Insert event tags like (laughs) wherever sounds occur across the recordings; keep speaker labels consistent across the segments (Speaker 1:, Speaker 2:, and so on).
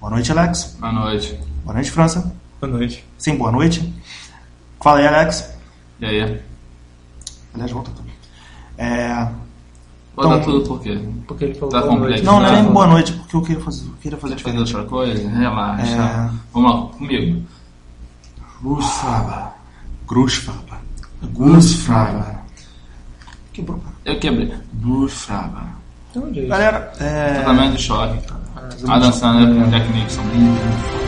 Speaker 1: Boa noite, Alex.
Speaker 2: Boa noite.
Speaker 1: Boa noite, França.
Speaker 3: Boa noite.
Speaker 1: Sim, boa noite. Fala aí, Alex.
Speaker 2: E aí?
Speaker 1: Aliás, volta tudo. É...
Speaker 2: Vou
Speaker 1: Então-
Speaker 2: dar tudo por quê?
Speaker 3: Porque ele falou
Speaker 2: Tá
Speaker 3: boa noite.
Speaker 2: complexo,
Speaker 1: Não, não
Speaker 2: né?
Speaker 1: é nem boa noite, porque eu queria fazer, eu queria fazer
Speaker 2: Quer
Speaker 1: diferente.
Speaker 2: fazer outra coisa? Relaxa.
Speaker 1: É.
Speaker 2: tá? Vamos lá, comigo.
Speaker 1: Grusfaba. Grusfaba. Grusfaba. Quebrou.
Speaker 2: Eu quebrei.
Speaker 1: Grusfaba.
Speaker 3: Então, gente,
Speaker 1: Galera, é...
Speaker 2: Tratamento de choque.
Speaker 3: ah,
Speaker 2: A dançando é com o Jack Nixon. Muito, muito forte.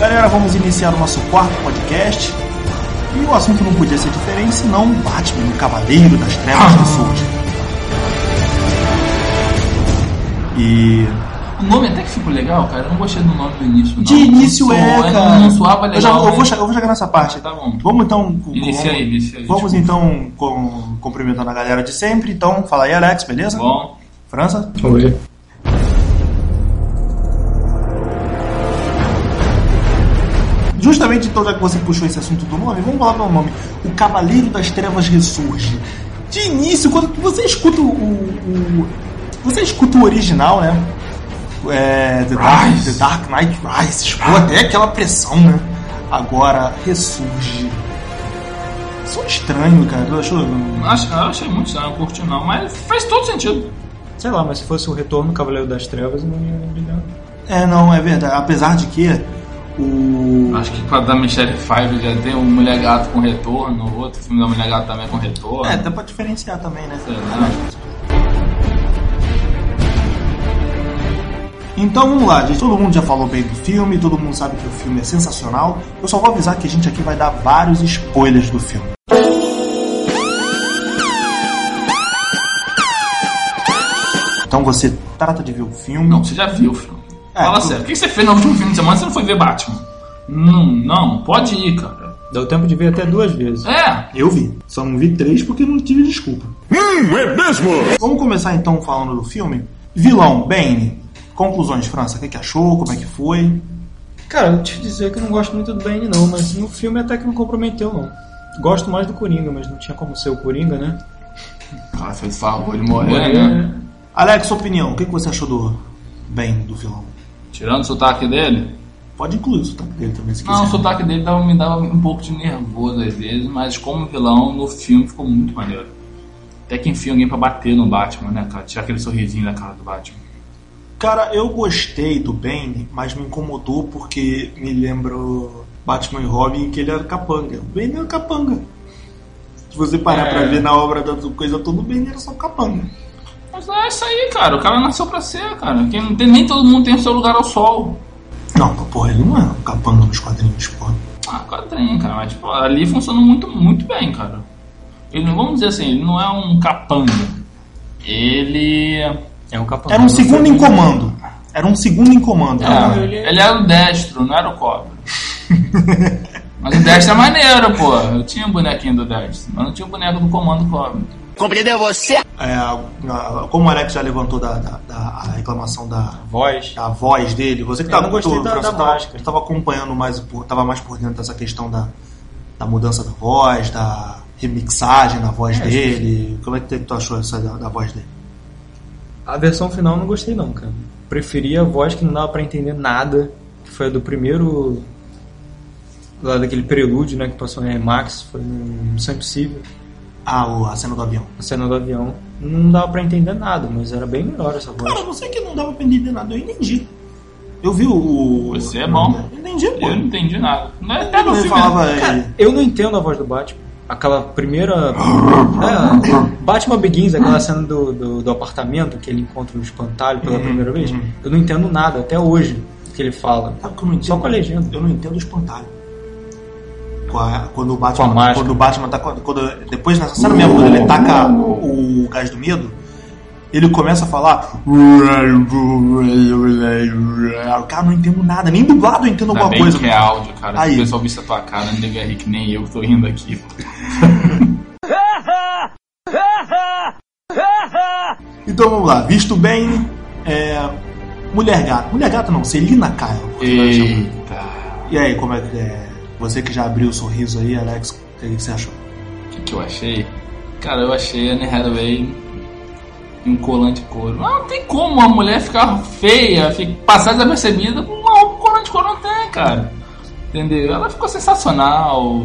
Speaker 1: Galera, vamos iniciar o nosso quarto podcast. E o assunto não podia ser diferente, senão Batman, o Cavaleiro das Trevas do Sul. E
Speaker 2: O nome até que ficou legal, cara. Eu não gostei do nome do início. Não.
Speaker 1: de início é,
Speaker 2: Soou-
Speaker 1: cara.
Speaker 2: Não soava legal.
Speaker 1: eu, já, vou- eu, vou,
Speaker 2: mas-
Speaker 1: che- eu vou chegar nessa parte.
Speaker 2: Tá bom. Tipo,
Speaker 1: Vamos então. com-
Speaker 2: Inicia aí, inicia aí.
Speaker 1: Vamos
Speaker 2: desculpa.
Speaker 1: então com- cumprimentando a galera de sempre. Então, fala aí, Alex, beleza?
Speaker 2: Bom,
Speaker 1: França?
Speaker 3: Oi.
Speaker 1: Justamente então, já que você puxou esse assunto do nome, vamos falar pelo nome. O Cavaleiro das Trevas ressurge. De início, quando você escuta o. o- você escuta o original, né? É, The, Dark,
Speaker 2: Rise.
Speaker 1: The Dark Knight Rises. Ficou até aquela pressão, né? Agora ressurge. Isso é estranho, cara. Eu acho.
Speaker 2: acho- eu achei muito estranho, não curti não, mas faz todo sentido.
Speaker 3: Sei lá, mas se fosse o retorno do Cavaleiro das Trevas, não ia brigar.
Speaker 1: É, não, é verdade. Apesar de que o.
Speaker 2: Acho que com a da Michelle Pfeiffer já tem o Mulher Gato com retorno, o outro filme da Mulher Gato também é com retorno.
Speaker 1: É, dá pra diferenciar também, né?
Speaker 2: Sei lá.
Speaker 1: Então vamos lá, gente. Todo mundo já falou bem do filme, todo mundo sabe que o filme é sensacional. Eu só vou avisar que a gente aqui vai dar vários spoilers do filme. Então você trata de ver o filme.
Speaker 2: Não, você já viu o filme.
Speaker 1: É,
Speaker 2: Fala
Speaker 1: tu-
Speaker 2: sério, o que você fez no último fim de semana? Você não foi ver Batman? Não, não, pode ir, cara.
Speaker 3: Deu tempo de ver até duas vezes.
Speaker 2: É,
Speaker 1: Eu vi. Só não vi três porque não tive desculpa. é mesmo? Vamos começar então falando do filme. Vilão, Bane. Conclusões, França. O que, que achou? Como é que foi?
Speaker 3: Cara, eu te dizer que eu não gosto muito do Bane, não, mas no filme até que não comprometeu, não. Gosto mais do Coringa, mas não tinha como ser o Coringa, né? É,
Speaker 2: Ela fez favor de morrer, né?
Speaker 1: Alex, sua opinião. O que, que você achou do Bane, do vilão?
Speaker 2: Tirando o sotaque dele.
Speaker 1: Pode incluir o sotaque dele também, se quiser.
Speaker 2: Não, o sotaque dele dava- me dava um pouco de nervoso às vezes, mas como vilão no filme ficou muito maneiro. Até que enfim alguém pra bater no Batman, né, cara? Tirar aquele sorrisinho da cara do Batman.
Speaker 1: Cara, eu gostei do Bane, mas me incomodou porque me lembrou Batman e Robin que ele era capanga. O Bane era capanga. Se você parar
Speaker 2: É.
Speaker 1: pra ver na obra da coisa toda, o Bane era só capanga.
Speaker 2: Mas é isso aí, cara. O cara nasceu pra ser, cara. Quem não tem, nem todo mundo tem o seu lugar ao sol.
Speaker 1: Não, porra, ele não era um capanga nos quadrinhos, porra.
Speaker 2: Ah, quadrinho, cara. Mas tipo, ali funcionou muito, muito bem, cara. Ele, não- vamos dizer assim, ele não é um capanga. Ele.
Speaker 3: É um capanga.
Speaker 1: Era um segundo em comando. Era um segundo em comando.
Speaker 2: Ah,
Speaker 1: cara.
Speaker 2: ele... era o destro, não era o
Speaker 1: (laughs)
Speaker 2: cobra. mas o destro é maneiro, pô. Eu tinha um bonequinho do destro, mas não tinha o boneco do comando cobra.
Speaker 4: Compreendeu você?
Speaker 1: É, a- a- como o Alex já levantou da, da- da- a reclamação da,
Speaker 3: Voz.
Speaker 1: da voz dele, você que
Speaker 3: Eu
Speaker 1: tá
Speaker 3: não gostei da- da máscara.
Speaker 1: estava acompanhando mais, por- tava mais por dentro dessa questão da, da mudança da voz, da remixagem da voz
Speaker 3: É,
Speaker 1: dele. Como é que tu achou essa da, da voz dele?
Speaker 3: A versão final eu não gostei, não, cara. Preferia a voz que não dava pra entender nada, que foi a do primeiro. Lá daquele prelúdio, né, que passou na IMAX, foi no Missão Impossível,
Speaker 1: Ah, o, a cena do avião.
Speaker 3: a cena do avião. Não dava pra entender nada, mas era bem melhor essa
Speaker 1: Cara,
Speaker 3: voz.
Speaker 1: não sei que não dava pra entender nada, eu entendi. Eu vi o.
Speaker 2: Você é bom.
Speaker 1: Eu entendi, pô.
Speaker 2: Eu não entendi nada. Não é até no
Speaker 1: Ele
Speaker 2: filme.
Speaker 1: falava.
Speaker 3: né?
Speaker 1: ele-
Speaker 3: Eu não entendo a voz do Batman. Aquela primeira. É, Batman Begins, aquela cena do, do, do apartamento que ele encontra o espantalho
Speaker 1: Uhum,
Speaker 3: pela primeira vez. Eu não entendo nada até hoje que ele fala.
Speaker 1: Sabe o que eu não entendo?
Speaker 3: Só com a legenda.
Speaker 1: Eu não entendo o espantalho. Com a- quando o Batman.
Speaker 3: Com a máscara.
Speaker 1: quando o Batman tá. Quando, quando- depois nessa cena mesmo, quando ele taca o, o gás do medo, ele começa a falar. O cara não entendo nada, nem dublado eu entendo
Speaker 3: Tá
Speaker 2: Ainda
Speaker 1: alguma
Speaker 2: bem
Speaker 1: coisa.
Speaker 2: que é áudio, cara.
Speaker 1: Aí.
Speaker 2: Se o pessoal visse a tua cara, ninguém é rico, nem eu que tô rindo aqui. pô.
Speaker 1: Então vamos lá, visto bem. É, mulher gata. Mulher gata não, Celina Kyle. você vai chamar.
Speaker 2: Eita.
Speaker 1: E aí, como é que é? Você que já abriu o sorriso aí, Alex, o que você achou?
Speaker 2: O que, que eu achei? Cara, eu achei a Anne Hathaway um colã de couro. Ah, não tem como uma mulher ficar feia, fica, passar desapercebida com uma roupa com colã de couro, não tem, cara. Entendeu? Ela ficou sensacional.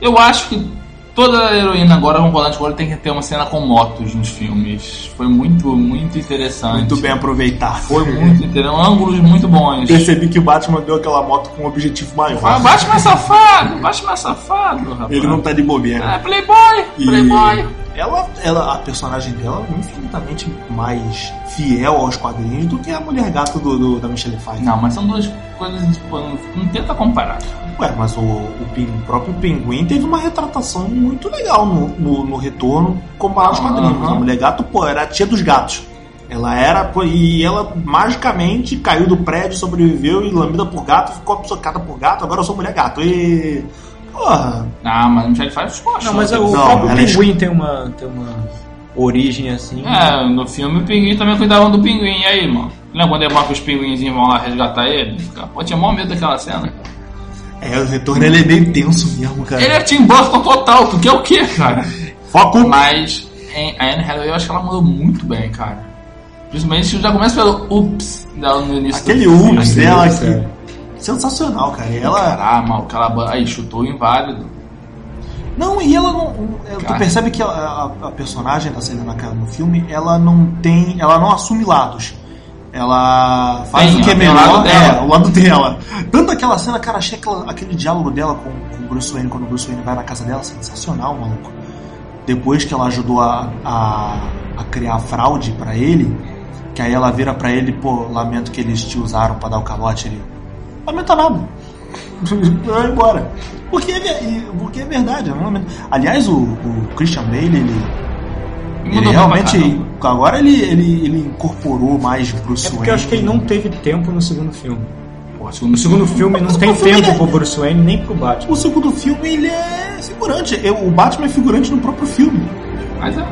Speaker 2: Eu acho que toda heroína agora com colã de couro tem que ter uma cena com motos nos filmes. Foi muito, muito interessante.
Speaker 1: Muito bem aproveitado.
Speaker 2: Foi muito interessante. Ângulos muito bons.
Speaker 1: Percebi que o Batman deu aquela moto com um objetivo maior.
Speaker 2: Ah, bate mais safado, bate mais safado, rapaz.
Speaker 1: Ele não tá de bobeira.
Speaker 2: É, Playboy,
Speaker 1: E
Speaker 2: Playboy.
Speaker 1: Ela, ela, a personagem dela é infinitamente mais fiel aos quadrinhos do que a mulher gata do, do- da Michelle Pfeiffer.
Speaker 2: Não, mas são duas coisas, tipo, não, não tenta comparar.
Speaker 1: Ué, mas o, o pin- o próprio Pinguim teve uma retratação muito legal no, no, no retorno comparado aos
Speaker 2: Aham.
Speaker 1: quadrinhos. A mulher gato, pô, era a tia dos gatos. Ela era, pô, e ela magicamente caiu do prédio, sobreviveu e lambida por gato, ficou socada por gato, agora eu sou mulher gato. E. Porra,
Speaker 2: Ah, mas Michelle Pfeiffer ficou
Speaker 3: Não, mas
Speaker 2: show.
Speaker 3: o
Speaker 1: Não,
Speaker 3: próprio
Speaker 1: ela é
Speaker 3: pinguim tem uma, tem uma origem assim.
Speaker 2: É, no filme o pinguim também cuidavam do pinguim. E aí, mano? Lembra quando depois que os pinguinzinhos vão lá resgatar ele? Cara, Pô, tinha mó medo daquela cena.
Speaker 1: É, o retorno ele é bem tenso mesmo, cara.
Speaker 2: Ele é Tim Burton total, tu quer o quê, cara?
Speaker 1: Foco!
Speaker 2: Mas em- a Anne Hathaway eu acho que ela mudou muito bem, cara. Principalmente já começa pelo ups dela no início
Speaker 1: Aquele
Speaker 2: do filme.
Speaker 1: ups dela
Speaker 3: ups, é.
Speaker 1: aqui. Sensacional, cara. E ela.
Speaker 2: Caramba, o cara ba- aí chutou o inválido.
Speaker 1: Não, e ela não. é, Tu
Speaker 2: Cara.
Speaker 1: percebe que a, a- a personagem da Selena Kyle no filme, ela não tem. Ela não assume lados. Ela faz
Speaker 2: Tem,
Speaker 1: o que é
Speaker 2: ela tem o
Speaker 1: melhor,
Speaker 2: lado dela.
Speaker 1: é, o lado dela. Tanto aquela cena, cara, achei aquela- aquele diálogo dela com, com o Bruce Wayne, quando o Bruce Wayne vai na casa dela, sensacional, maluco. Depois que ela ajudou a, a, a criar a fraude pra ele, que aí ela vira pra ele, pô, lamento que eles te usaram pra dar o calote, ele. Lamenta nada. (laughs) Vai embora. Porque é, ver- e- porque é verdade. eu não lamento. Aliás, o, o Christian Bale, ele,
Speaker 2: E
Speaker 1: ele
Speaker 2: mudou
Speaker 1: realmente.
Speaker 2: pra caramba.
Speaker 1: Agora ele, ele, ele incorporou mais Bruce
Speaker 3: É
Speaker 1: Wayne.
Speaker 3: porque eu acho que ele não teve tempo no segundo filme.
Speaker 2: Pô,
Speaker 3: No
Speaker 2: segundo,
Speaker 3: segundo filme não tem
Speaker 1: O filme
Speaker 3: tempo
Speaker 1: é-
Speaker 3: pro Bruce Wayne nem pro Batman.
Speaker 1: O segundo filme ele é figurante. Eu- o Batman é figurante no próprio filme.
Speaker 2: Mas é.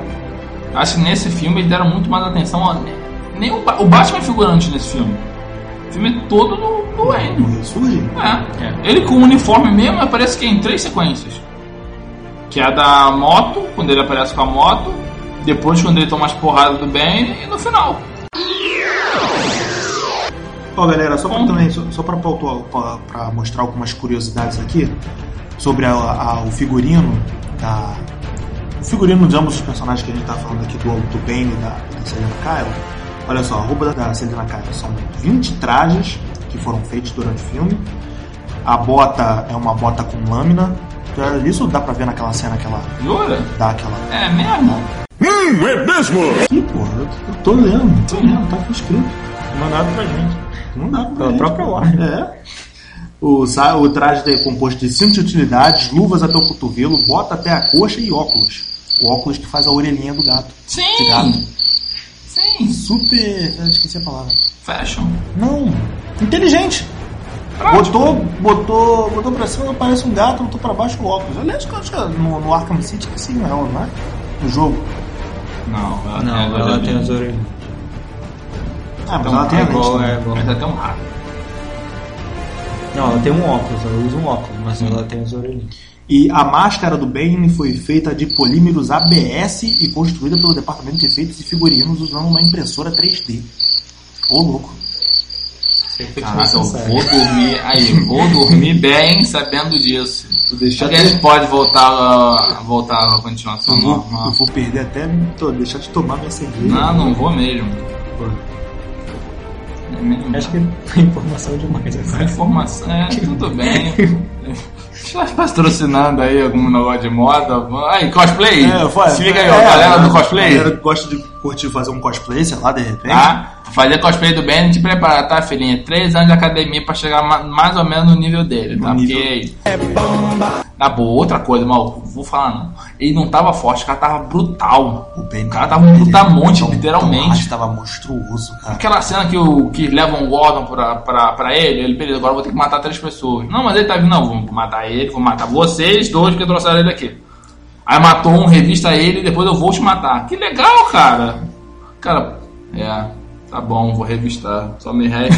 Speaker 2: Acho que nesse filme eles deram muito mais atenção. Ó, nem o, Ba- o Batman é figurante nesse filme. O filme é todo do, do Wayne.
Speaker 1: No Ressurge?
Speaker 2: É. Ele com o uniforme mesmo aparece que em três sequências. Que é a da moto, quando ele aparece com a moto, depois quando ele toma as porradas do Ben e no final.
Speaker 1: Ó, galera, só pra,
Speaker 2: Hum.
Speaker 1: também, só, só pra, pautuar- pra- pra mostrar algumas curiosidades aqui sobre a- a- o figurino da. O figurino de ambos os personagens que a gente tá falando aqui, do, do Ben e da, da Selena Kyle. Olha só, a roupa da, da Selena Kyle são 20 trajes que foram feitos durante o filme. A bota é uma bota com lâmina. Isso dá pra ver naquela cena que ela
Speaker 2: Jura?
Speaker 1: dá aquela
Speaker 2: É mesmo?
Speaker 1: Ih, porra, eu tô lendo, tô lendo, tá aqui escrito.
Speaker 3: Mandado pra gente. Tá
Speaker 1: Não dá pra
Speaker 3: Pela
Speaker 1: gente,
Speaker 3: própria
Speaker 1: pô.
Speaker 3: ordem.
Speaker 1: É. O, sa- o traje é composto de cinto de utilidades, luvas até o cotovelo, bota até a coxa e óculos. O óculos que faz a orelhinha do gato. Obrigado.
Speaker 2: Sim! Sim!
Speaker 1: Super. Eu esqueci a palavra.
Speaker 2: Fashion.
Speaker 1: Não. Inteligente. Botou, botou, botou pra cima, parece um gato, botou pra baixo o óculos. Aliás, eu acho que no, no Arkham City é assim, não, não é? No jogo.
Speaker 2: Não, ela
Speaker 3: Ah, Não,
Speaker 2: tem,
Speaker 3: ela tem as orelhas.
Speaker 1: Ah, mas
Speaker 3: Então,
Speaker 1: ela tem
Speaker 3: é
Speaker 1: a lente,
Speaker 3: igual,
Speaker 1: né?
Speaker 3: é igual.
Speaker 2: Mas é tão raro.
Speaker 3: Não, ela tem um óculos, ela usa um óculos, mas ela tem as orelhas.
Speaker 1: E a máscara do Bane foi feita de polímeros ABS e construída pelo Departamento de Efeitos e Figurinos usando uma impressora 3D. Ô, louco. Ah,
Speaker 2: Caraca,
Speaker 1: tá
Speaker 2: eu vou dormir. Aí, vou dormir bem sabendo disso.
Speaker 3: Tu deixa
Speaker 2: Será que a gente pode voltar a, voltar a continuação
Speaker 1: Eu vou, eu
Speaker 2: normal?
Speaker 1: vou perder até tô, deixar de tomar minha cerveja.
Speaker 2: Não, não vou mesmo. É mesmo.
Speaker 3: Acho que (laughs) é informação demais assim.
Speaker 2: A
Speaker 3: agora.
Speaker 2: informação é tudo bem. Está patrocinando aí algum negócio de moda? Aí, cosplay!
Speaker 1: eu falo-
Speaker 2: Se liga aí,
Speaker 1: é,
Speaker 2: ó, galera do
Speaker 1: A galera
Speaker 2: cosplay.
Speaker 1: que gosta de curtir fazer um cosplay, sei lá, de repente.
Speaker 2: Tá? Fazer cosplay do Ben e te preparar, tá, filhinha? Três anos de academia pra chegar ma- mais ou menos no nível dele, tá?
Speaker 1: No nível-
Speaker 2: Porque. Na boa, outra coisa, mal, vou falar não. Ele não tava forte, o cara tava brutal.
Speaker 1: O tá Bane
Speaker 2: O cara tava um brutamonte, literalmente.
Speaker 1: Tava monstruoso, cara.
Speaker 2: Aquela cena que, o, que levam o Gordon pra, pra, pra ele, ele, beleza, agora eu vou ter que matar três pessoas. Não, mas ele tá vindo, não, vou matar ele, vou matar vocês dois porque trouxeram ele aqui. Aí matou um, revista ele, depois eu vou te matar. Que legal, cara! Cara, é, tá bom, vou revistar, só me resta.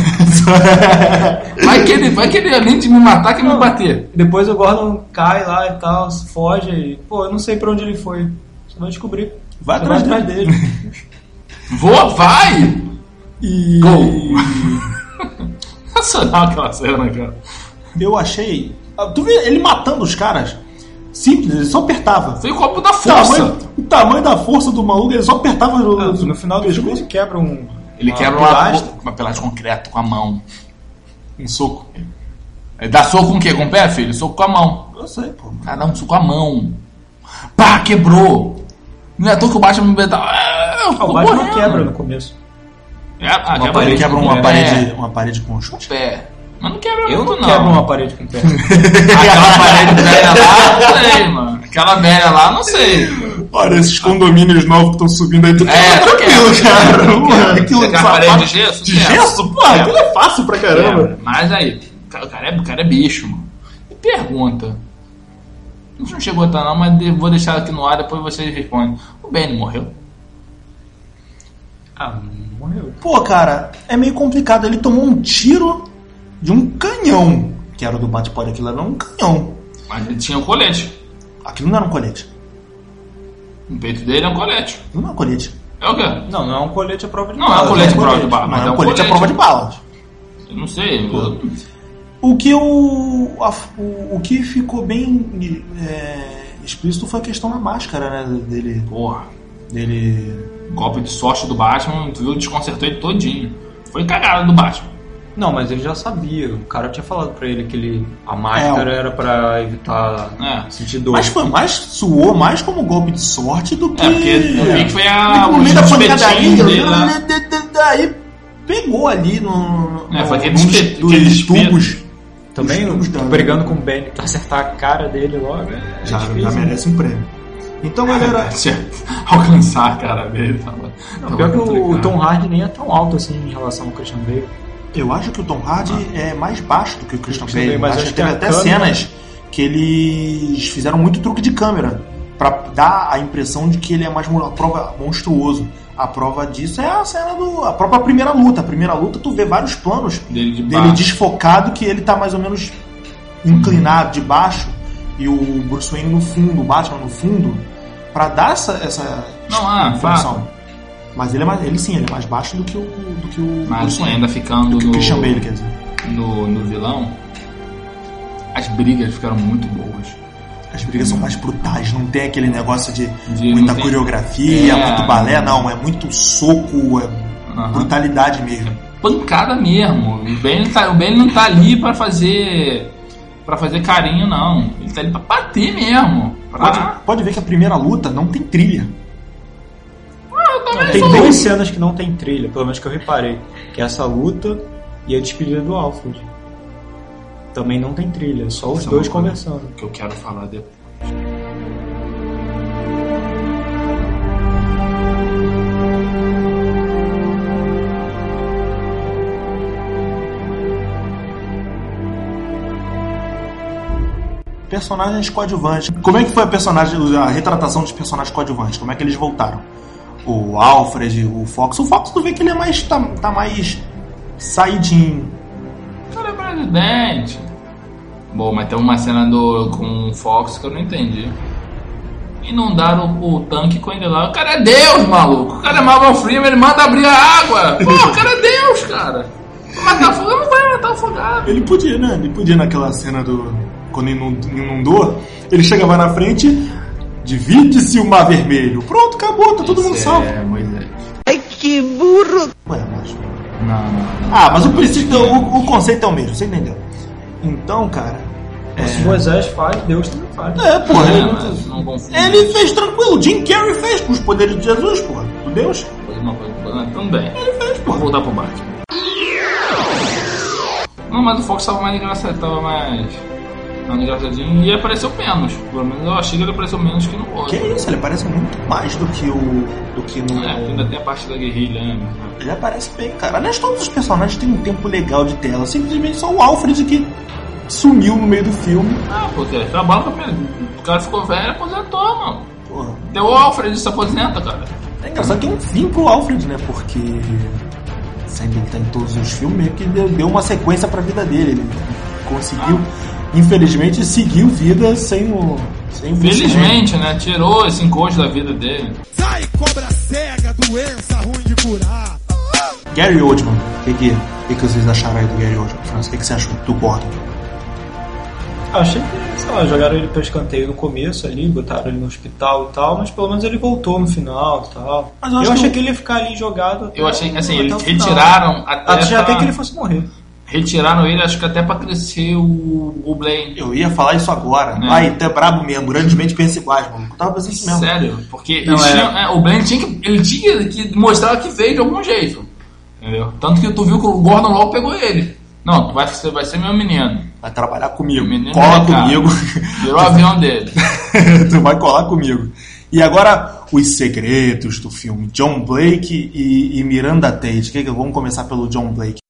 Speaker 2: Vai que ele, vai que ele é além de me matar, quer me bater.
Speaker 3: Depois o Gordon cai lá e tal, se foge e, pô, eu não sei pra onde ele foi. Só vai descobrir.
Speaker 1: Vai
Speaker 3: Só
Speaker 1: atrás
Speaker 3: vai atrás dele.
Speaker 2: Voa, vai!
Speaker 1: E
Speaker 2: (laughs) Nacional aquela cena, cara.
Speaker 1: eu achei. Ah, Tu vê ele matando os caras? Simples, ele só apertava.
Speaker 2: Foi o copo da
Speaker 1: O tamanho,
Speaker 2: força. É,
Speaker 1: o tamanho da força do maluco, ele só apertava no,
Speaker 3: (laughs) No, no final do jogo
Speaker 1: pescoço.
Speaker 3: ele quebra um.
Speaker 2: Ele
Speaker 3: uma
Speaker 2: quebra
Speaker 3: pilastra.
Speaker 2: uma, uma pelada de concreto com a mão. Um soco. Ele dá soco com o quê? Com o pé, filho? Soco com a mão.
Speaker 1: Eu sei, pô.
Speaker 2: O cara dá um soco com a mão. Pá, quebrou. Não é à toa que o Batman me dá- Ah, eu
Speaker 3: Ah,
Speaker 2: fico
Speaker 3: o Batman
Speaker 2: morrendo.
Speaker 3: quebra no começo.
Speaker 2: É, ah,
Speaker 3: Uma
Speaker 2: quebra
Speaker 3: parede
Speaker 1: Ele
Speaker 2: ele.
Speaker 1: quebra uma
Speaker 3: É.
Speaker 1: parede, uma parede com um chute.
Speaker 2: pé. Mas não quebra
Speaker 3: Eu não,
Speaker 2: muito, não.
Speaker 3: quebro uma parede com o (laughs) pé.
Speaker 2: Aquela (laughs) parede velha lá, não sei, mano. Aquela velha lá, não sei.
Speaker 1: Olha, esses condomínios novos que estão subindo aí, tu
Speaker 2: É,
Speaker 1: tranquilo, cara. Mano, aquilo
Speaker 2: Aquela
Speaker 1: sapato-
Speaker 2: parede de gesso,
Speaker 1: De
Speaker 2: quebra.
Speaker 1: gesso? Pô, aquilo é fácil pra caramba.
Speaker 2: É, mas aí, o cara- o cara é, o cara é bicho, mano. E pergunta. A gente não chegou a estar não, mas de- vou deixar aqui no ar, depois vocês respondem. O Ben morreu.
Speaker 3: ah, morreu.
Speaker 1: Pô, cara, é meio complicado. Ele tomou um tiro de um canhão, que era o do bate-pode. Aquilo era um canhão.
Speaker 2: Mas ele tinha um colete.
Speaker 1: Aquilo não era um colete.
Speaker 2: O peito dele é um colete.
Speaker 1: Aquilo não é um colete.
Speaker 2: É o quê?
Speaker 3: Não, não é um colete à prova de
Speaker 2: Não, é
Speaker 3: bala,
Speaker 2: um colete à
Speaker 3: né?
Speaker 2: prova de bala,
Speaker 1: Não
Speaker 2: mas
Speaker 1: era um colete à prova de balas.
Speaker 2: Eu não sei. eu-
Speaker 1: Pô. O que eu, a- o, o que ficou bem é, explícito foi a questão da máscara, né? Dele.
Speaker 2: porra.
Speaker 1: dele...
Speaker 2: Golpe de sorte do Batman, tu viu, desconcertou ele todinho. Foi cagada do Batman.
Speaker 3: Não, mas ele já sabia. O cara tinha falado pra ele que ele, a máscara era pra evitar
Speaker 2: É.
Speaker 3: sentir dor.
Speaker 1: Mas foi mais. suou mais como golpe de sorte do que.
Speaker 2: É, porque eu vi que foi a.
Speaker 1: no meio da
Speaker 2: os
Speaker 1: pancadaria, né?
Speaker 2: espetinhos dele lá.
Speaker 1: daí né, pegou ali no, no,
Speaker 2: É, foi aquele
Speaker 1: num
Speaker 2: espet-
Speaker 1: dos,
Speaker 2: aquele
Speaker 1: dos tubos.
Speaker 3: Também
Speaker 1: Os- os danos.
Speaker 3: brigando com o Benny pra acertar a cara dele logo. É
Speaker 1: Já,
Speaker 3: difícil,
Speaker 1: já
Speaker 3: né?
Speaker 1: merece um prêmio. Então,
Speaker 2: É (laughs)
Speaker 1: galera,
Speaker 2: Tinha que alcançar a cara dele. Tava,
Speaker 3: Não,
Speaker 2: tava
Speaker 3: pior que o,
Speaker 2: é complicado.
Speaker 3: o Tom Hardy nem é tão alto assim em relação ao Christian Bale.
Speaker 1: eu acho que o Tom Hardy
Speaker 2: Ah.
Speaker 1: é mais baixo do que o Christian
Speaker 3: O Christian
Speaker 1: Bale.
Speaker 3: Bale, mas
Speaker 1: acho
Speaker 3: acho
Speaker 1: que
Speaker 3: que
Speaker 1: teve
Speaker 3: a
Speaker 1: até
Speaker 3: câmera-
Speaker 1: cenas que eles fizeram muito truque de câmera pra dar a impressão de que ele é mais mo- a prova monstruoso. A prova disso é a cena do a própria primeira luta. A primeira luta tu vê vários planos
Speaker 2: dele de
Speaker 1: dele desfocado que ele tá mais ou menos inclinado de baixo e o Bruce Wayne no fundo, o Batman no fundo, pra dar essa essa
Speaker 2: Não, ah,
Speaker 1: impressão. Mas ele é mais, ele sim, ele é mais baixo do que o do que o
Speaker 2: Mas
Speaker 1: Bruce
Speaker 2: assim,
Speaker 1: Wayne,
Speaker 2: ainda ficando
Speaker 1: do que o
Speaker 2: no,
Speaker 1: Christian Bale, quer dizer.
Speaker 2: no, no vilão, as brigas ficaram muito boas.
Speaker 1: As brigas são mais brutais, não tem aquele negócio de
Speaker 2: De-
Speaker 1: muita
Speaker 2: não tem-
Speaker 1: coreografia,
Speaker 2: É.
Speaker 1: muito balé, não, é muito soco, é
Speaker 2: Aham.
Speaker 1: brutalidade mesmo.
Speaker 2: Pancada mesmo. O Ben, não tá, o ben não tá ali pra fazer para fazer carinho, não. Ele tá ali pra bater mesmo.
Speaker 1: Pode,
Speaker 2: Pra...
Speaker 1: pode ver que a primeira luta não tem trilha.
Speaker 3: Tem
Speaker 2: é
Speaker 3: duas cenas que não tem trilha, pelo menos que eu reparei. Que é essa luta e a despedida do Alfred. Também não tem trilha, é só os
Speaker 2: Essa
Speaker 3: dois
Speaker 2: loucura.
Speaker 3: conversando.
Speaker 2: Que eu quero falar depois.
Speaker 1: Personagens coadjuvantes. Como é que foi a personagem, a retratação dos personagens coadjuvantes? Como é que eles voltaram? O Alfred, o Fox. O Fox tu vê que ele é mais. tá, tá mais saidinho.
Speaker 2: Cara, é presidente. Bom, mas tem uma cena do, com o Fox que eu não entendi. Inundaram o, o tanque com ele lá. O cara é Deus, maluco. O cara é Marvel Freeman, ele manda abrir a água. Pô, o cara é Deus, cara. Vai Matar afogado, não vai matar Ah, afogado.
Speaker 1: Ele podia, né? Ele podia naquela cena do. Quando inund- inundou, ele chegava na frente, divide-se o mar vermelho. Pronto, acabou, tá todo mundo salvo.
Speaker 2: É, Moisés.
Speaker 4: Ai, que burro!
Speaker 1: Ué, mas-
Speaker 2: Não, não, não.
Speaker 1: Ah, mas o princípio, o, o conceito é o mesmo, você entendeu? Então, cara.
Speaker 3: Se Moisés faz, Deus também faz.
Speaker 1: É, porra.
Speaker 2: É,
Speaker 1: ele-
Speaker 2: mas não confunde.
Speaker 1: Ele fez tranquilo, Jim Carrey fez com os poderes de Jesus, porra. Do Deus.
Speaker 2: Não, não, tudo bem.
Speaker 1: Fez,
Speaker 2: Vou
Speaker 1: porra.
Speaker 2: voltar pro Batman. Não, mas o Fox tava mais engraçado, tava mais. Tava engraçadinho e apareceu menos. Pelo menos eu achei que ele apareceu menos que no outro.
Speaker 1: Que é isso, ele parece muito mais do que o. do que no.
Speaker 2: É, ainda tem a parte da guerrilha, né?
Speaker 1: Ele aparece bem, cara. Aliás, todos os personagens têm um tempo legal de tela. Simplesmente só o Alfred que sumiu no meio do filme.
Speaker 2: Ah, pô, cara, trabalha pra perder. O cara ficou velho, aposentou, mano.
Speaker 1: Porra.
Speaker 2: Deu o Alfred, se aposenta, cara.
Speaker 1: É engraçado que é um fim pro Alfred, né? Porque. Sempre ele tá em todos os filmes, meio que deu, deu uma sequência pra vida dele. Ele conseguiu, infelizmente, seguiu vida sem o. Sem Felizmente.
Speaker 2: Felizmente, né? Tirou esse encosto da vida dele.
Speaker 5: Sai, cobra cega, doença ruim de curar.
Speaker 1: Gary Oldman, o que, que, que, que vocês acharam aí do Gary Oldman? França, o que, que você achou do Gordon?
Speaker 3: Eu achei que, sei lá, jogaram ele pra escanteio no começo ali, botaram ele no hospital e tal, mas pelo menos ele voltou no final e tal.
Speaker 1: Mas eu
Speaker 3: eu
Speaker 1: acho
Speaker 3: achei
Speaker 1: que-
Speaker 3: que ele ia ficar ali jogado. até-
Speaker 2: Eu achei que, assim,
Speaker 3: até o
Speaker 2: eles
Speaker 3: final.
Speaker 2: retiraram até,
Speaker 3: Ah,
Speaker 2: pra-
Speaker 3: já até que ele fosse morrer.
Speaker 2: Retiraram ele, acho que até pra crescer o, o Blaine.
Speaker 1: Eu ia falar isso agora.
Speaker 2: É.
Speaker 1: Ai, tu é brabo mesmo, grandemente pensa iguais, mano. Eu tava pensando isso mesmo.
Speaker 2: Sério, porque
Speaker 3: Não,
Speaker 2: eles
Speaker 3: é.
Speaker 2: tinham- é, o Blaine tinha que, ele tinha que mostrar que veio de algum jeito. Entendeu? Tanto que tu viu que o Gordon logo pegou ele. Não, tu vai, ser- vai ser meu menino.
Speaker 1: Vai trabalhar comigo.
Speaker 2: Menino
Speaker 1: Cola
Speaker 2: é cara.
Speaker 1: comigo. (laughs)
Speaker 2: Virou o avião
Speaker 3: (laughs)
Speaker 2: dele.
Speaker 1: tu vai colar comigo. E agora, os segredos do filme. John Blake e, e Miranda Tate. Que que- vamos começar pelo John Blake.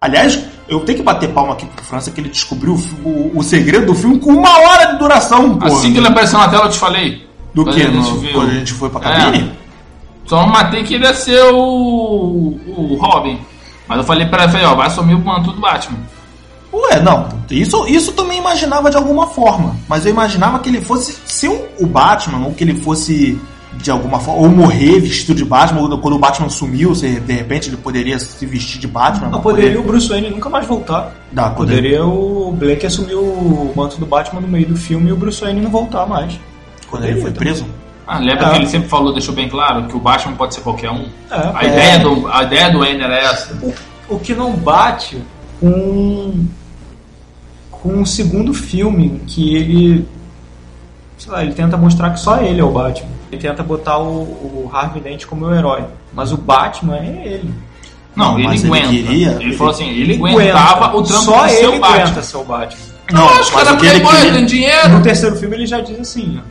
Speaker 1: Aliás, eu tenho que bater palma aqui pro França que ele descobriu o, fi- o- o segredo do filme com uma hora de duração, pô.
Speaker 2: Assim que ele apareceu na tela, eu te falei.
Speaker 1: Do
Speaker 2: Quando
Speaker 1: que?
Speaker 2: a gente
Speaker 1: no-
Speaker 2: viu.
Speaker 1: Quando a gente foi pra
Speaker 2: É.
Speaker 1: cabine?
Speaker 2: Só matei que ele ia ser o, o Robin. Mas eu falei pra ele, falei, ó, vai assumir o manto do Batman.
Speaker 1: Ué, não. Isso, isso também imaginava de alguma forma. Mas eu imaginava que ele fosse ser o o Batman, ou que ele fosse de alguma forma, ou morrer vestido de Batman, ou quando o Batman sumiu, se de repente ele poderia se vestir de Batman. pra
Speaker 3: Não Ah, poderia
Speaker 1: poder-
Speaker 3: o Bruce Wayne nunca mais voltar.
Speaker 1: Dá, poderia.
Speaker 3: Poderia o Blake assumir o manto do Batman no meio do filme e o Bruce Wayne não voltar mais.
Speaker 1: Quando ele foi preso.
Speaker 2: Ah, lembra
Speaker 3: É.
Speaker 2: que ele sempre falou, deixou bem claro, que o Batman pode ser qualquer um.
Speaker 3: É,
Speaker 2: a,
Speaker 3: é.
Speaker 2: ideia do, a ideia do Wayne era essa.
Speaker 3: O, o que não bate com com o segundo filme que ele sei lá, ele tenta mostrar que só ele é o Batman. Ele tenta botar o, o Harvey Dent como o herói, mas o Batman é ele.
Speaker 2: Não,
Speaker 1: Não,
Speaker 2: ele
Speaker 1: mas ele
Speaker 2: aguenta. Ele,
Speaker 1: queria-
Speaker 2: falou assim, ele aguentava o trampo
Speaker 3: só
Speaker 2: de
Speaker 3: ele
Speaker 2: ser o Batman.
Speaker 3: aguenta ser o Batman.
Speaker 1: Não,
Speaker 2: Ah, os caras playboy, tem
Speaker 3: No
Speaker 2: dinheiro.
Speaker 3: terceiro filme ele já diz assim, ó,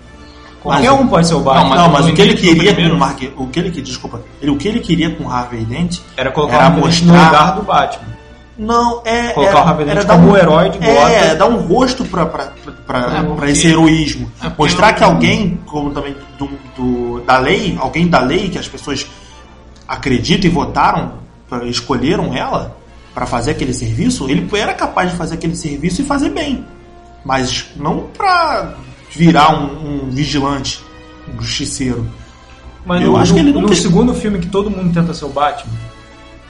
Speaker 3: qualquer
Speaker 1: Mas-
Speaker 3: um pode ser o Batman.
Speaker 2: Não, mas
Speaker 1: não, mas
Speaker 2: no
Speaker 1: o que ele
Speaker 2: início do
Speaker 1: queria com
Speaker 2: primeiro-
Speaker 1: o Mark, o que ele que desculpa, ele, o que ele queria com o Harvey Dent?
Speaker 3: Era colocar
Speaker 1: Era
Speaker 3: o Harvey Dent no
Speaker 1: mostrar-
Speaker 3: lugar do Batman.
Speaker 1: Não, é
Speaker 3: Colocar
Speaker 1: era,
Speaker 3: o Harvey Dent
Speaker 1: era dar
Speaker 3: como
Speaker 1: um
Speaker 3: herói de bota.
Speaker 1: É, dar um rosto pra, pra, pra,
Speaker 2: É, porque-
Speaker 1: pra esse heroísmo.
Speaker 2: É, porque
Speaker 1: Mostrar
Speaker 2: eu-
Speaker 1: que alguém, como também do, do- da lei, alguém da lei que as pessoas acreditam e votaram, pra- escolheram ela pra fazer aquele serviço, ele era capaz de fazer aquele serviço e fazer bem. Mas não pra virar um, um vigilante, um justiceiro.
Speaker 3: Mas
Speaker 1: Eu
Speaker 3: no,
Speaker 1: acho que ele
Speaker 3: no
Speaker 1: não tem-
Speaker 3: segundo filme que todo mundo tenta ser o Batman,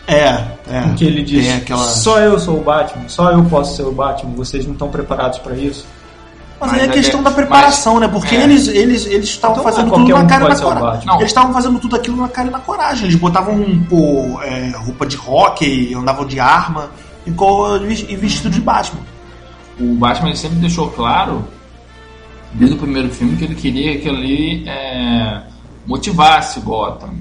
Speaker 1: É, é.
Speaker 3: em que ele diz:
Speaker 1: Tem aquela...
Speaker 3: só eu sou o Batman, só eu posso ser o Batman, vocês não estão preparados pra isso.
Speaker 1: Mas,
Speaker 2: Mas
Speaker 1: aí é
Speaker 2: é
Speaker 1: questão
Speaker 2: que-
Speaker 1: da preparação, né? Porque
Speaker 2: é.
Speaker 1: eles eles eles estavam
Speaker 3: Então,
Speaker 1: fazendo
Speaker 3: qualquer
Speaker 1: tudo na
Speaker 3: um
Speaker 1: cara e na
Speaker 3: pode ser o
Speaker 1: coragem.
Speaker 2: Batman.
Speaker 1: Eles estavam fazendo tudo aquilo na cara e na coragem. Eles botavam pô, é, roupa de hockey, andavam de arma e, co- e vestido de Batman.
Speaker 2: O Batman ele sempre deixou claro, desde o primeiro filme, que ele queria que ele é, motivasse o Gotham.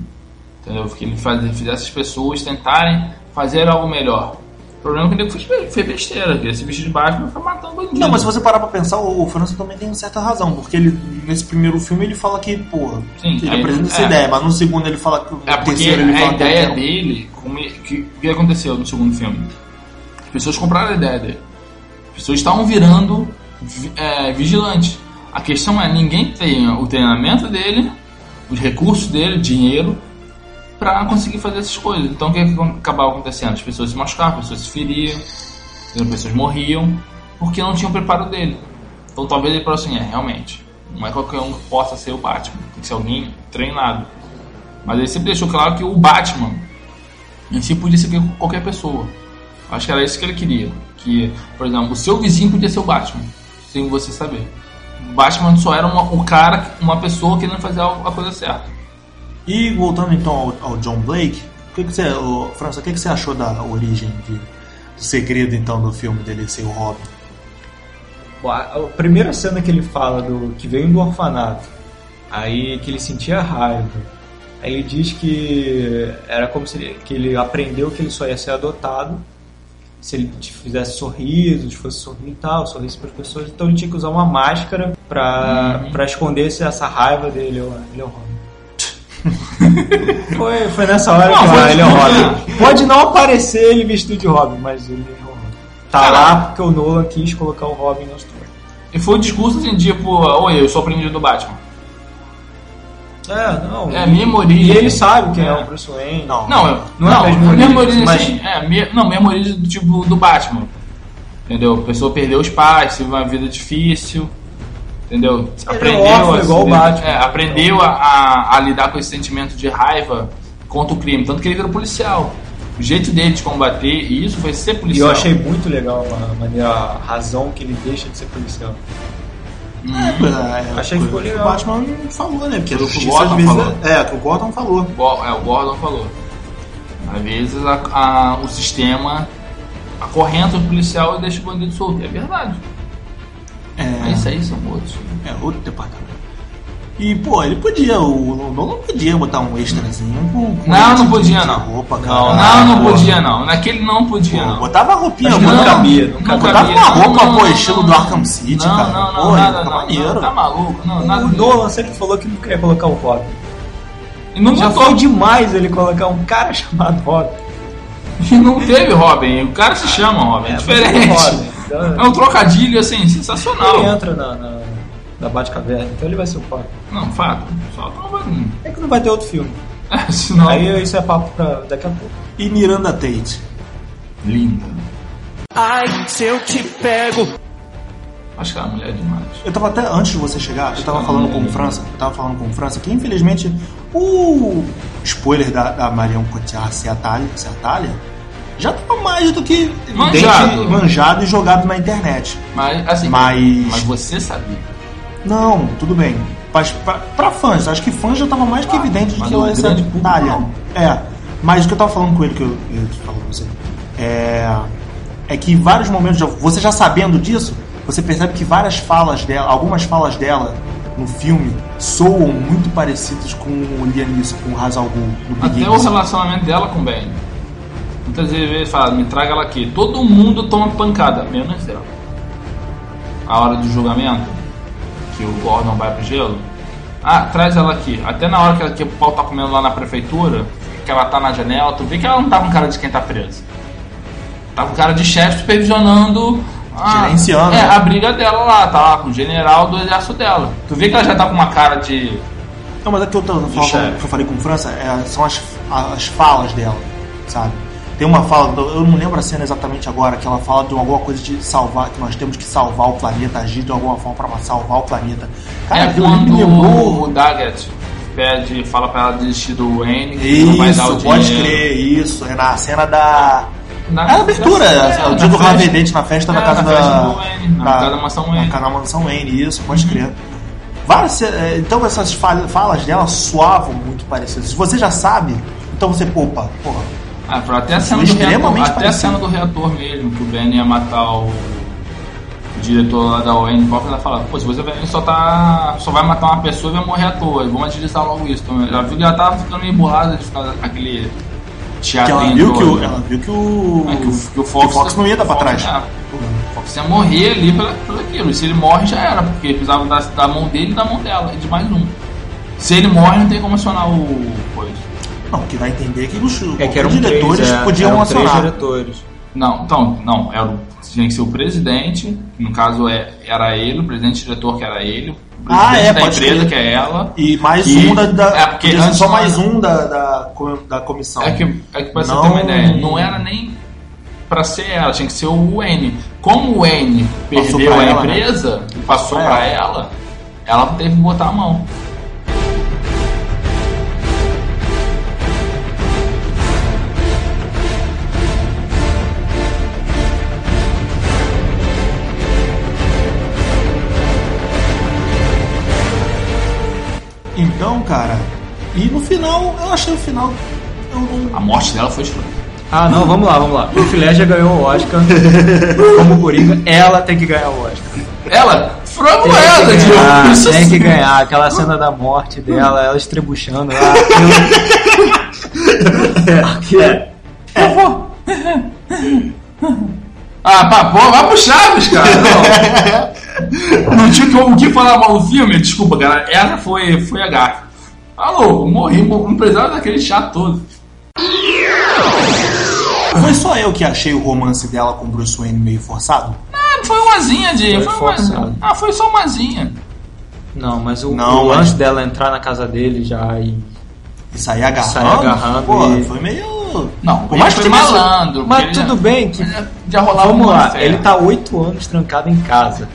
Speaker 2: Entendeu? Que ele faz- fizesse as pessoas tentarem fazer algo melhor. O problema é que ele fez, be- fez besteira, que esse bicho de Batman foi matando bandido.
Speaker 1: Não, mas se você parar pra pensar, o, o França também tem certa razão, porque ele nesse primeiro filme ele fala que, porra,
Speaker 2: Sim,
Speaker 1: ele
Speaker 2: aí-
Speaker 1: apresenta essa
Speaker 2: é.
Speaker 1: ideia, mas no segundo ele fala que no
Speaker 2: É porque
Speaker 1: terceiro ele é um
Speaker 2: a
Speaker 1: fala
Speaker 2: ideia
Speaker 1: que,
Speaker 2: dele, como ele- que, o que aconteceu no segundo filme? As pessoas compraram a ideia dele. As pessoas estavam virando vi- é, vigilante. A questão é ninguém tem o treinamento dele, os recursos dele, dinheiro, pra conseguir fazer essas coisas. Então o que, que acabava acontecendo? As pessoas se machucavam, as pessoas se feriam, as pessoas morriam, porque não tinham preparo dele. Então talvez ele falou assim, é, realmente, não é qualquer um que possa ser o Batman, tem que ser alguém treinado. Mas ele sempre deixou claro que o Batman em si podia ser qualquer pessoa. Acho que era isso que ele queria. Que, por exemplo, o seu vizinho podia ser o Batman, sem você saber. O Batman só era uma- o cara, uma pessoa querendo fazer a a coisa certa.
Speaker 1: E voltando então ao, ao John Blake, o que, que você, ô, França, o que, que você achou da origem de- do segredo então do filme dele ser o Robin?
Speaker 3: Bom, A a primeira cena que ele fala do que veio do orfanato, aí que ele sentia raiva, aí ele diz que era como se ele, que ele aprendeu que ele só ia ser adotado se ele te fizesse sorrisos, fosse sorrir e tal, sorrisse para as pessoas, então ele tinha que usar uma máscara pra
Speaker 2: Uhum.
Speaker 3: pra esconder esse- essa raiva dele, ó, ele é o
Speaker 2: (laughs)
Speaker 3: Robin. foi, foi nessa hora
Speaker 2: Não,
Speaker 3: que
Speaker 2: foi-
Speaker 3: ah, ele é o Robin. Pode não aparecer ele vestido de Robin, mas ele é o Robin. Tá lá porque o Nolan quis colocar o Robin na história.
Speaker 2: E foi um discurso assim, tipo, oi, eu sou aprendido do Batman.
Speaker 3: É, não.
Speaker 2: É a mesma origem.
Speaker 3: E ele sabe quem é, o Bruce Wayne.
Speaker 2: Não, eu-
Speaker 3: Não é
Speaker 2: não,
Speaker 3: a mesma
Speaker 2: a mesma
Speaker 3: origem,
Speaker 2: origem,
Speaker 3: mas-
Speaker 2: assim, é, me- não, mesma origem do tipo do Batman. Entendeu? A pessoa perdeu os pais, teve uma vida difícil. Entendeu?
Speaker 3: órfão,
Speaker 2: a-
Speaker 3: igual o Batman.
Speaker 2: é, aprendeu a, a- a lidar com esse sentimento de raiva contra o crime. Tanto que ele virou policial. O jeito dele de combater, e isso foi ser
Speaker 3: E eu
Speaker 2: policial.
Speaker 3: achei muito legal a maneira, a razão que ele deixa de ser policial.
Speaker 1: É,
Speaker 3: Achei que ficou legal.
Speaker 1: O Batman não falou, né? Porque a
Speaker 2: Foi o que o
Speaker 1: justiça às
Speaker 2: Gordon
Speaker 1: vezes.
Speaker 2: falou.
Speaker 1: É, que o Gordon falou.
Speaker 2: Go- é, o Gordon falou. Às vezes a- a- o sistema acorrenta o policial e deixa o bandido solto. É verdade.
Speaker 1: É.
Speaker 2: Mas isso aí são outros.
Speaker 1: É, outro departamento. E, pô, ele podia, o Nolan podia botar um extrazinho com. com
Speaker 2: Não,
Speaker 1: de-
Speaker 2: não podia,
Speaker 1: de
Speaker 2: não.
Speaker 1: Roupa, cara.
Speaker 3: Não,
Speaker 2: não, não
Speaker 1: Pô,
Speaker 2: podia não. Naquele não podia
Speaker 1: Ah, Pô,
Speaker 2: não.
Speaker 1: botava a roupinha,
Speaker 3: Acho que
Speaker 1: pô,
Speaker 3: não
Speaker 1: cara.
Speaker 3: cabia, não
Speaker 1: Pô,
Speaker 2: cabia.
Speaker 1: Botava uma roupa,
Speaker 2: Não,
Speaker 1: pô,
Speaker 2: não,
Speaker 1: estilo
Speaker 2: não,
Speaker 1: do
Speaker 2: não.
Speaker 1: Arkham City,
Speaker 2: não,
Speaker 1: cara.
Speaker 2: Não, não,
Speaker 1: Pô,
Speaker 2: nada,
Speaker 1: tá
Speaker 2: não,
Speaker 1: maneiro.
Speaker 2: não, Tá maluco, não, nada.
Speaker 3: O Nolan sempre falou que não queria colocar o Robin.
Speaker 2: E não
Speaker 3: Já
Speaker 2: botou.
Speaker 3: foi demais ele colocar um cara (laughs) chamado Robin.
Speaker 2: E não teve Robin. O cara se chama Robin. É, diferente.
Speaker 1: então-
Speaker 2: É um trocadilho, assim,
Speaker 3: Ele
Speaker 1: é.
Speaker 2: sensacional.
Speaker 3: entra na, na, na Batcaverna, então ele vai ser o Robin.
Speaker 2: Não, fato. Só toma.
Speaker 3: É que não vai ter outro filme.
Speaker 2: (laughs) É, senão.
Speaker 3: Aí isso é papo pra daqui a pouco.
Speaker 1: E Miranda Tate.
Speaker 2: Linda.
Speaker 6: Ai, se eu te pego.
Speaker 2: Acho que é uma mulher demais.
Speaker 1: Eu tava até, antes de você chegar, eu tava falando com o França, eu tava falando com o França, que infelizmente o spoiler da, da Marion Cotillard se atalha, se atalha, já tava mais do que evidente,
Speaker 2: Manjado.
Speaker 1: manjado e jogado na internet.
Speaker 2: Mas, assim.
Speaker 1: Mas-
Speaker 2: mas você sabia.
Speaker 1: Não, tudo bem. Mas pra, pra fãs, acho que fãs já tava mais que evidente de
Speaker 2: Ah, mas
Speaker 1: que
Speaker 2: o
Speaker 1: ela ia ser
Speaker 2: grande público,
Speaker 1: Itália.
Speaker 2: não.
Speaker 1: É. Mas o que eu tava falando com ele, que eu, eu falo com você, é, é que em vários momentos, você já sabendo disso, você percebe que várias falas dela, algumas falas dela no filme soam muito parecidas com o Lianis, com o Hazalgu, no Big
Speaker 2: Até o relacionamento dela com o Ben. Muitas vezes ele fala, me traga ela aqui. Todo mundo toma pancada, menos ela. A hora do julgamento, que o Gordon vai pro gelo. Ah, traz ela aqui. Até na hora que, ela, que o pau tá comendo lá na prefeitura, que ela tá na janela, tu vê que ela não tá com cara de quem tá preso. Tá com cara de chefe supervisionando. a-
Speaker 1: Gerenciando,
Speaker 2: É,
Speaker 1: né?
Speaker 2: a briga dela lá, tá lá com o general do exército dela. Tu vê que ela já tá com uma cara de.
Speaker 1: Não, mas é que eu, tava- falava-
Speaker 3: chefe.
Speaker 1: que eu falei com o França é, são as, as falas dela, sabe? Tem uma fala, do- eu não lembro a cena exatamente agora, que ela fala de alguma coisa de salvar, que nós temos que salvar o planeta, agir de alguma forma pra salvar o planeta. Cara,
Speaker 2: é
Speaker 1: aquilo ali
Speaker 2: quando
Speaker 1: me
Speaker 2: o
Speaker 1: lembrou.
Speaker 2: Daggett pede, fala pra ela desistir do Wayne, que não vai dar o
Speaker 1: Isso, pode
Speaker 2: dinheiro.
Speaker 1: crer, isso. É na cena da.
Speaker 2: Na-
Speaker 1: é a abertura,
Speaker 2: na-
Speaker 1: é,
Speaker 2: na
Speaker 1: o dia do
Speaker 2: festa.
Speaker 1: Ravedente na festa
Speaker 2: É,
Speaker 1: na casa
Speaker 2: na
Speaker 1: da.
Speaker 2: festa do Wayne, na casa da mansão Wayne.
Speaker 1: Na casa da mansão Wayne, isso, pode crer. Várias ce- é, então essas fal- falas dela soavam muito parecidas. Se você já sabe, então você, pô, opa, porra,
Speaker 2: Ah, foi até a cena do
Speaker 1: Extremamente
Speaker 2: reator, até a
Speaker 1: parecido.
Speaker 2: cena do reator mesmo, que o Ben ia matar o o diretor lá da ON Pop, ela fala, pô, se você vai- só tá. só vai matar uma pessoa e vai morrer à toa, e vamos agilizar logo isso. Então, eu já viu que ela tava ficando meio emburrada de ficar aquele
Speaker 1: Que
Speaker 2: teatro.
Speaker 1: ela viu que, o, ela viu que o,
Speaker 2: Tá É, que o- que o Fox-
Speaker 1: não ia dar pra
Speaker 2: o Fox-
Speaker 1: trás.
Speaker 2: é. O Fox ia morrer ali pela- pelo aquilo. E se ele morre, já era, porque precisava da, da mão dele e da mão dela, e de mais um. Se ele morre, não tem como acionar o coisa.
Speaker 1: Não, que vai entender que os
Speaker 3: É que eram
Speaker 1: os diretores
Speaker 3: três, é,
Speaker 1: podiam
Speaker 3: eram três
Speaker 1: acionar.
Speaker 3: diretores.
Speaker 2: Não, então, não, era, o- tinha que ser o presidente, que no caso é, era ele, o presidente diretor que era ele, o presidente
Speaker 1: Ah, é,
Speaker 2: da
Speaker 1: pode
Speaker 2: empresa
Speaker 1: crer.
Speaker 2: que é ela.
Speaker 1: E mais
Speaker 2: E-
Speaker 1: um da. da
Speaker 2: é, porque
Speaker 1: podia ser
Speaker 2: antes
Speaker 1: só
Speaker 2: não
Speaker 1: mais
Speaker 2: era.
Speaker 1: um da, da, com- da comissão.
Speaker 2: É que, é que pra você
Speaker 1: Não.
Speaker 2: ter uma ideia, não era nem pra ser ela, tinha que ser o N. Como o N
Speaker 1: Passou
Speaker 2: perdeu
Speaker 1: pra
Speaker 2: a
Speaker 1: ela, né?
Speaker 2: empresa e passou
Speaker 1: pra
Speaker 2: pra ela, ela teve que botar a mão.
Speaker 1: Então, cara. E no final, eu achei o final. Eu não.
Speaker 2: A morte dela foi estranha.
Speaker 3: Ah, não, vamos lá, vamos lá. Privilégio ganhou o Oscar. Como Coringa, ela tem que ganhar o Oscar.
Speaker 2: Ela? Frango
Speaker 3: Tem
Speaker 2: ela,
Speaker 3: que
Speaker 2: Diogo.
Speaker 3: ganhar,
Speaker 2: Isso
Speaker 3: tem que
Speaker 2: sim.
Speaker 3: ganhar. Aquela cena da morte dela, ela estrebuchando lá. Aquilo, aquilo
Speaker 2: Ah, pá, pô, vai pro Chaves,
Speaker 3: (laughs)
Speaker 2: cara. Não, não tinha como- o que falar mal do filme? Desculpa, cara. Essa foi, foi a gafa. Alô, morri, um empresário daquele chato todo.
Speaker 1: Foi só eu que achei o romance dela com o Bruce Wayne meio forçado?
Speaker 2: Ah, foi umazinha, de.
Speaker 3: Foi né?
Speaker 2: Foi, umazinha.
Speaker 3: forçado.
Speaker 2: Ah, foi só umazinha.
Speaker 3: Não, mas o,
Speaker 1: Não,
Speaker 3: o
Speaker 1: mas-
Speaker 3: lance dela entrar na casa dele já e.
Speaker 1: E sair agarrando.
Speaker 3: Sair agarrando
Speaker 1: Pô,
Speaker 3: e-
Speaker 1: foi meio.
Speaker 2: Não,
Speaker 1: por mais que
Speaker 2: ele foi
Speaker 1: tivesse-
Speaker 2: malandro. porque
Speaker 3: Mas
Speaker 2: ele
Speaker 3: tudo
Speaker 2: já-
Speaker 3: bem que.
Speaker 2: Já rolava
Speaker 3: Vamos
Speaker 2: um
Speaker 3: lá,
Speaker 2: inferno.
Speaker 3: ele tá oito anos trancado em casa.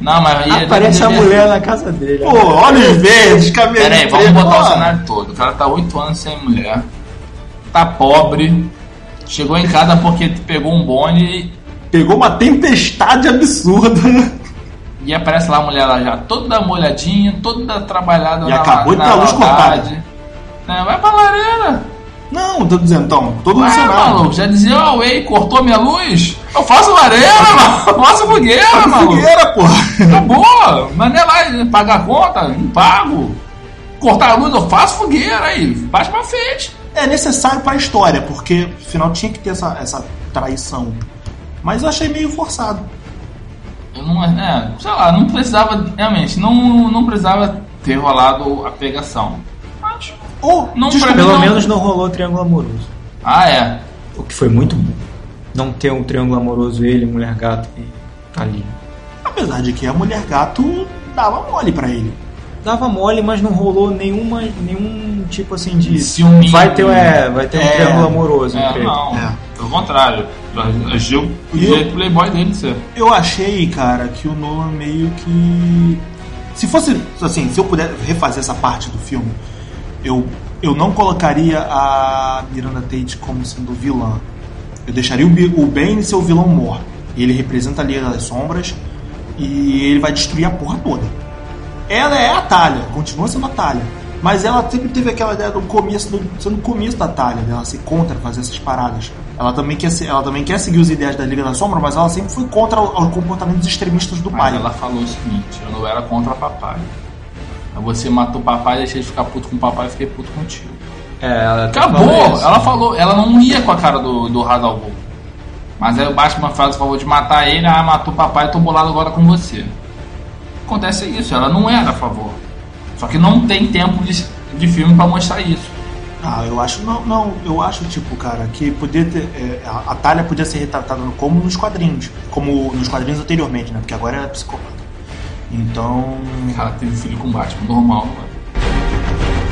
Speaker 2: Não, mas aí é ele-
Speaker 3: Aparece a
Speaker 2: ele-
Speaker 3: mulher na casa dele.
Speaker 1: Pô, olhos verdes, cabelo.
Speaker 2: Pera aí, vamos
Speaker 1: preto,
Speaker 2: botar o
Speaker 1: pô.
Speaker 2: cenário todo. O cara tá 8 anos sem mulher, tá pobre, chegou em casa porque pegou um bonde
Speaker 1: Pegou uma tempestade absurda. né?
Speaker 2: e aparece lá a mulher lá já toda molhadinha, toda trabalhada
Speaker 1: E
Speaker 2: na,
Speaker 1: acabou de
Speaker 2: na
Speaker 1: dar a luz
Speaker 2: maldade. É, vai pra lareira.
Speaker 1: Não, tô dizendo, então, todo o
Speaker 2: Ué,
Speaker 1: cenário.
Speaker 2: maluco, já dizia, ó, o Way cortou minha luz? Eu
Speaker 1: (laughs)
Speaker 2: faço lareira, mano, eu faço fogueira, tá maluco.
Speaker 1: Tá Fogueira, porra.
Speaker 2: Acabou, mas não é lá pagar a conta, não pago. Cortar a luz, eu faço fogueira aí, bate pra frente.
Speaker 1: (laughs) É necessário pra história, porque afinal tinha que ter essa, essa traição. Mas eu achei meio forçado.
Speaker 2: Eu não, é, sei lá, não precisava, realmente, não, não precisava ter rolado a pegação. Acho.
Speaker 1: Ou,
Speaker 2: Não,
Speaker 1: desculpa,
Speaker 2: pra mim
Speaker 3: Pelo
Speaker 2: não.
Speaker 3: menos não rolou triângulo amoroso.
Speaker 2: Ah, é.
Speaker 3: O que foi muito bom. Não ter um triângulo amoroso, ele, mulher gato e tá ali.
Speaker 1: apesar de que a mulher gato dava mole pra ele.
Speaker 3: Dava mole, mas não rolou nenhuma, nenhum tipo assim de.
Speaker 2: Ciúminho.
Speaker 3: Vai ter, é, vai ter um
Speaker 1: É.
Speaker 3: triângulo amoroso
Speaker 2: É,
Speaker 3: entre eles.
Speaker 2: não.
Speaker 1: É.
Speaker 2: Pelo contrário. Agiu do
Speaker 1: E eu-
Speaker 2: jeito playboy dele, você.
Speaker 1: Eu achei, cara, que o Nolan meio que. Se fosse, assim, se eu puder refazer essa parte do filme, eu, eu não colocaria a Miranda Tate como sendo vilã. Eu deixaria o, Bi- o Bane ser o vilão mor. Ele representa a Liga das Sombras e ele vai destruir a porra toda. Ela é a Talha, continua sendo a Talha. Mas ela sempre teve aquela ideia do começo, do, sendo no começo da Talha, dela ser contra fazer essas paradas. Ela também, quer ser- ela também quer seguir os ideais da Liga da Sombra, mas ela sempre foi contra o- os comportamentos extremistas do
Speaker 2: Mas
Speaker 1: pai.
Speaker 2: ela falou o seguinte, eu não era contra o papai. Mas Você matou o papai, deixei de ficar puto com o papai e fiquei puto contigo.
Speaker 3: É, ela até
Speaker 2: Acabou!
Speaker 3: falou isso.
Speaker 2: Ela falou, ela não ia com a cara do, do Hazalbu. Mas aí o Batman faz o favor de matar ele, ah, matou o papai, tô bolado agora com você. Acontece isso, ela não era a favor. Só que não tem tempo de, de filme pra mostrar isso.
Speaker 1: Ah, eu acho, não, não, eu acho, tipo, cara, que podia ter. é, a a Talia podia ser retratada como nos quadrinhos. Como nos quadrinhos anteriormente, né? Porque agora ela é psicopata. Então.
Speaker 2: Ela teve filho com o Batman, normal. né? mano.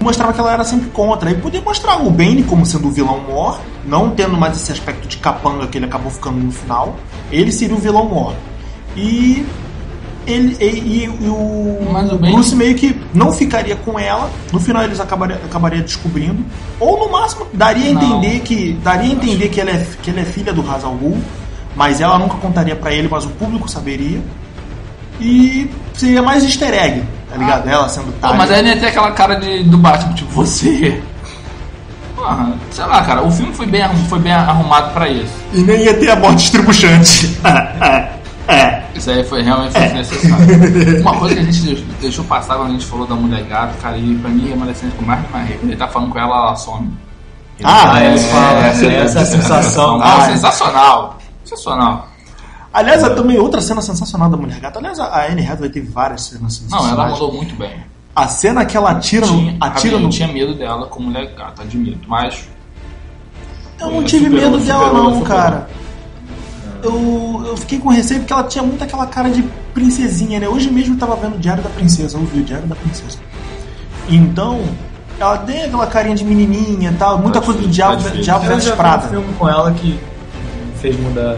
Speaker 1: Mostrava que ela era sempre contra. E podia mostrar o Bane como sendo o vilão mor, não tendo mais esse aspecto de capanga que ele acabou ficando no final. Ele seria o vilão mor. E. Ele, e, e- e o
Speaker 2: Mas o
Speaker 1: o
Speaker 2: Bane-
Speaker 1: Bruce meio que não ficaria com ela. No final eles acabariam acabaria descobrindo. Ou no máximo daria a
Speaker 2: Não.
Speaker 1: entender que daria a entender que ela é, que ela é filha do Hazal Ghul, mas ela nunca contaria pra ele, mas o público saberia. E seria mais easter egg, tá ligado? ela sendo
Speaker 2: Ah. Pô,
Speaker 1: Talia.
Speaker 2: mas aí nem tem aquela cara de, do Batman, tipo, você. Porra, sei lá, cara, o filme foi bem, arrum- foi bem arrumado pra isso.
Speaker 1: E nem ia ter a morte distribuchante.
Speaker 2: (laughs)
Speaker 1: é.
Speaker 2: Isso aí foi realmente foi desnecessário. Uma coisa que a gente deixou- deixou passar quando a gente falou da mulher gato, cara, e pra mim é uma das cenas que eu mais me marrei. Quando ele tá falando com ela, ela some.
Speaker 1: Ah,
Speaker 3: Aí
Speaker 1: é.
Speaker 3: eles falam, essa é, a sensação.
Speaker 2: Ah,
Speaker 1: Ah, é.
Speaker 2: sensacional. Sensacional.
Speaker 1: Aliás, é também outra cena sensacional da Mulher Gata. Aliás, a Anne Hathaway teve várias cenas
Speaker 2: Não,
Speaker 1: sensacionais.
Speaker 2: ela mandou muito bem.
Speaker 1: A cena que ela atira, no-
Speaker 2: Tinha,
Speaker 1: atira
Speaker 2: eu
Speaker 1: no...
Speaker 2: tinha medo dela com mulher gata, admito. Mas
Speaker 1: Eu não tive
Speaker 2: é, Superou,
Speaker 1: medo dela
Speaker 2: superou,
Speaker 1: não,
Speaker 2: superou.
Speaker 1: cara. Eu, eu fiquei com receio porque ela tinha muito aquela cara de princesinha, né? Hoje mesmo eu tava vendo o Diário da Princesa, eu vi o Diário da Princesa. Então, ela tem aquela carinha de menininha e tal, muita
Speaker 2: Tá
Speaker 1: coisa do
Speaker 2: difícil, tá
Speaker 1: Diabo,
Speaker 2: difícil.
Speaker 1: Diabo
Speaker 3: Eu
Speaker 1: Veste
Speaker 3: já vi um
Speaker 1: Prada.
Speaker 3: filme com ela que fez mudar.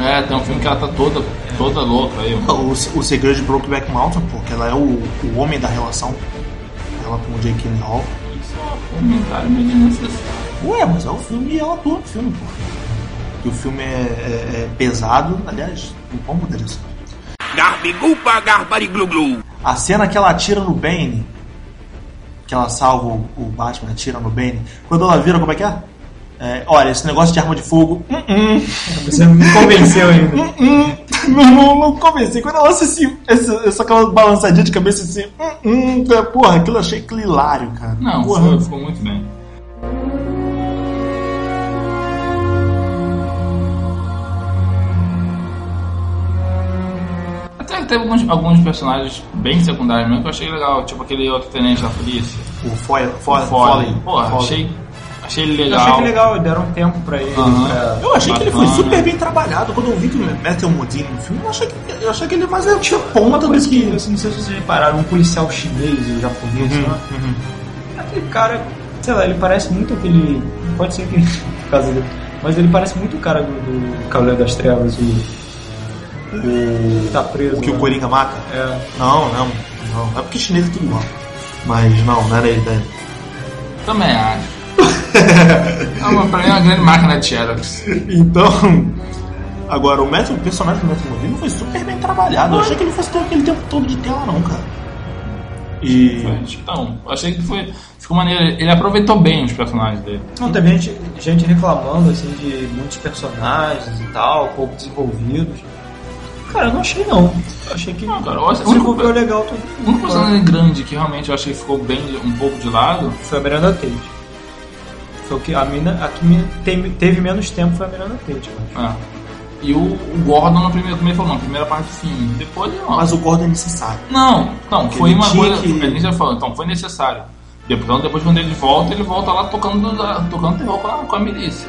Speaker 2: é, tem um filme que ela tá toda, toda louca aí. mano.
Speaker 1: O, o segredo de Brokeback Mountain, porque ela é o, o homem da relação. Ela com o Jake Hall.
Speaker 2: Isso é um comentário meio desnecessário.
Speaker 1: Ué, mas é o filme e ela atua no filme, pô. E o filme é, é- é pesado, aliás, não vamos mudar isso.
Speaker 6: Garbiguba, garbariglu-glu.
Speaker 1: A cena que ela atira no Bane, que ela salva o, o Batman, atira no Bane, quando ela vira, como é que é? É, olha, esse negócio de arma de fogo, hum,
Speaker 3: Você não me convenceu ainda.
Speaker 1: meu irmão, hum, não comecei. Quando eu lanço esse, esse, essa aquela balançadinha de cabeça assim, hum, hum, porra, aquilo eu achei aquilo hilário, cara.
Speaker 2: Não,
Speaker 1: porra,
Speaker 2: foi- ficou muito bem. Até que teve alguns, alguns personagens bem secundários mesmo que eu achei legal, tipo aquele outro tenente da polícia.
Speaker 1: O Tá, Foley. Foley.
Speaker 2: Foley. Porra,
Speaker 1: Foley.
Speaker 2: achei. Achei ele
Speaker 3: Eu
Speaker 2: legal.
Speaker 3: achei que é legal, deram um tempo pra ele.
Speaker 2: Aham.
Speaker 3: pra-
Speaker 1: Eu achei que ele foi
Speaker 2: Bacana.
Speaker 1: super bem trabalhado. Quando eu vi que o Matthew Modine no filme, eu achei que, eu achei que ele mais é tinha ponta
Speaker 3: Uma
Speaker 1: do
Speaker 3: coisa que,
Speaker 1: que.
Speaker 3: assim, não sei se vocês repararam, um policial chinês ou japonês,
Speaker 1: Uhum,
Speaker 3: sei lá. Aquele cara, sei lá, ele parece muito aquele. Pode ser que (laughs) por causa dele. Mas ele parece muito o cara do, do Cavaleiro das Trevas, o. O. que Tá preso.
Speaker 1: O que o
Speaker 3: né?
Speaker 1: Coringa mata?
Speaker 3: É.
Speaker 1: Não, não, não. É porque chinês é tudo igual. Mas não, não era ele, né?
Speaker 2: Também acho. é uma, pra mim é uma grande máquina de Xerox.
Speaker 1: Então. (laughs) Agora, o, Matthew, o personagem do Matthew Modine foi super bem trabalhado. Eu achei que ele fosse ter aquele tempo todo de tela, não, cara. E.
Speaker 2: Então, eu achei que foi. Ficou maneiro. Ele aproveitou bem os personagens dele.
Speaker 3: Não, teve gente, gente reclamando, assim, de muitos personagens e tal, pouco desenvolvidos. Cara, eu não achei não. Eu achei que.
Speaker 2: Não, cara, eu acho-
Speaker 3: se envolveu legal tudo.
Speaker 2: O único Um personagem grande que realmente eu achei que ficou bem um pouco de lado
Speaker 3: Foi a Miranda Tate. Foi o que a mina. A que me- tem- teve menos tempo foi a Miranda Tate, mano.
Speaker 2: É. E o, o Gordon na primeira, como ele falou, na primeira parte do filme. Depois não.
Speaker 1: Mas o Gordon é necessário.
Speaker 2: não, não, foi
Speaker 1: ele
Speaker 2: uma
Speaker 1: tinha
Speaker 2: coisa.
Speaker 1: que-
Speaker 2: A gente já falou, então foi necessário. Depois, então, depois quando ele volta, ele volta lá tocando, da- tocando terror com a, com a milícia.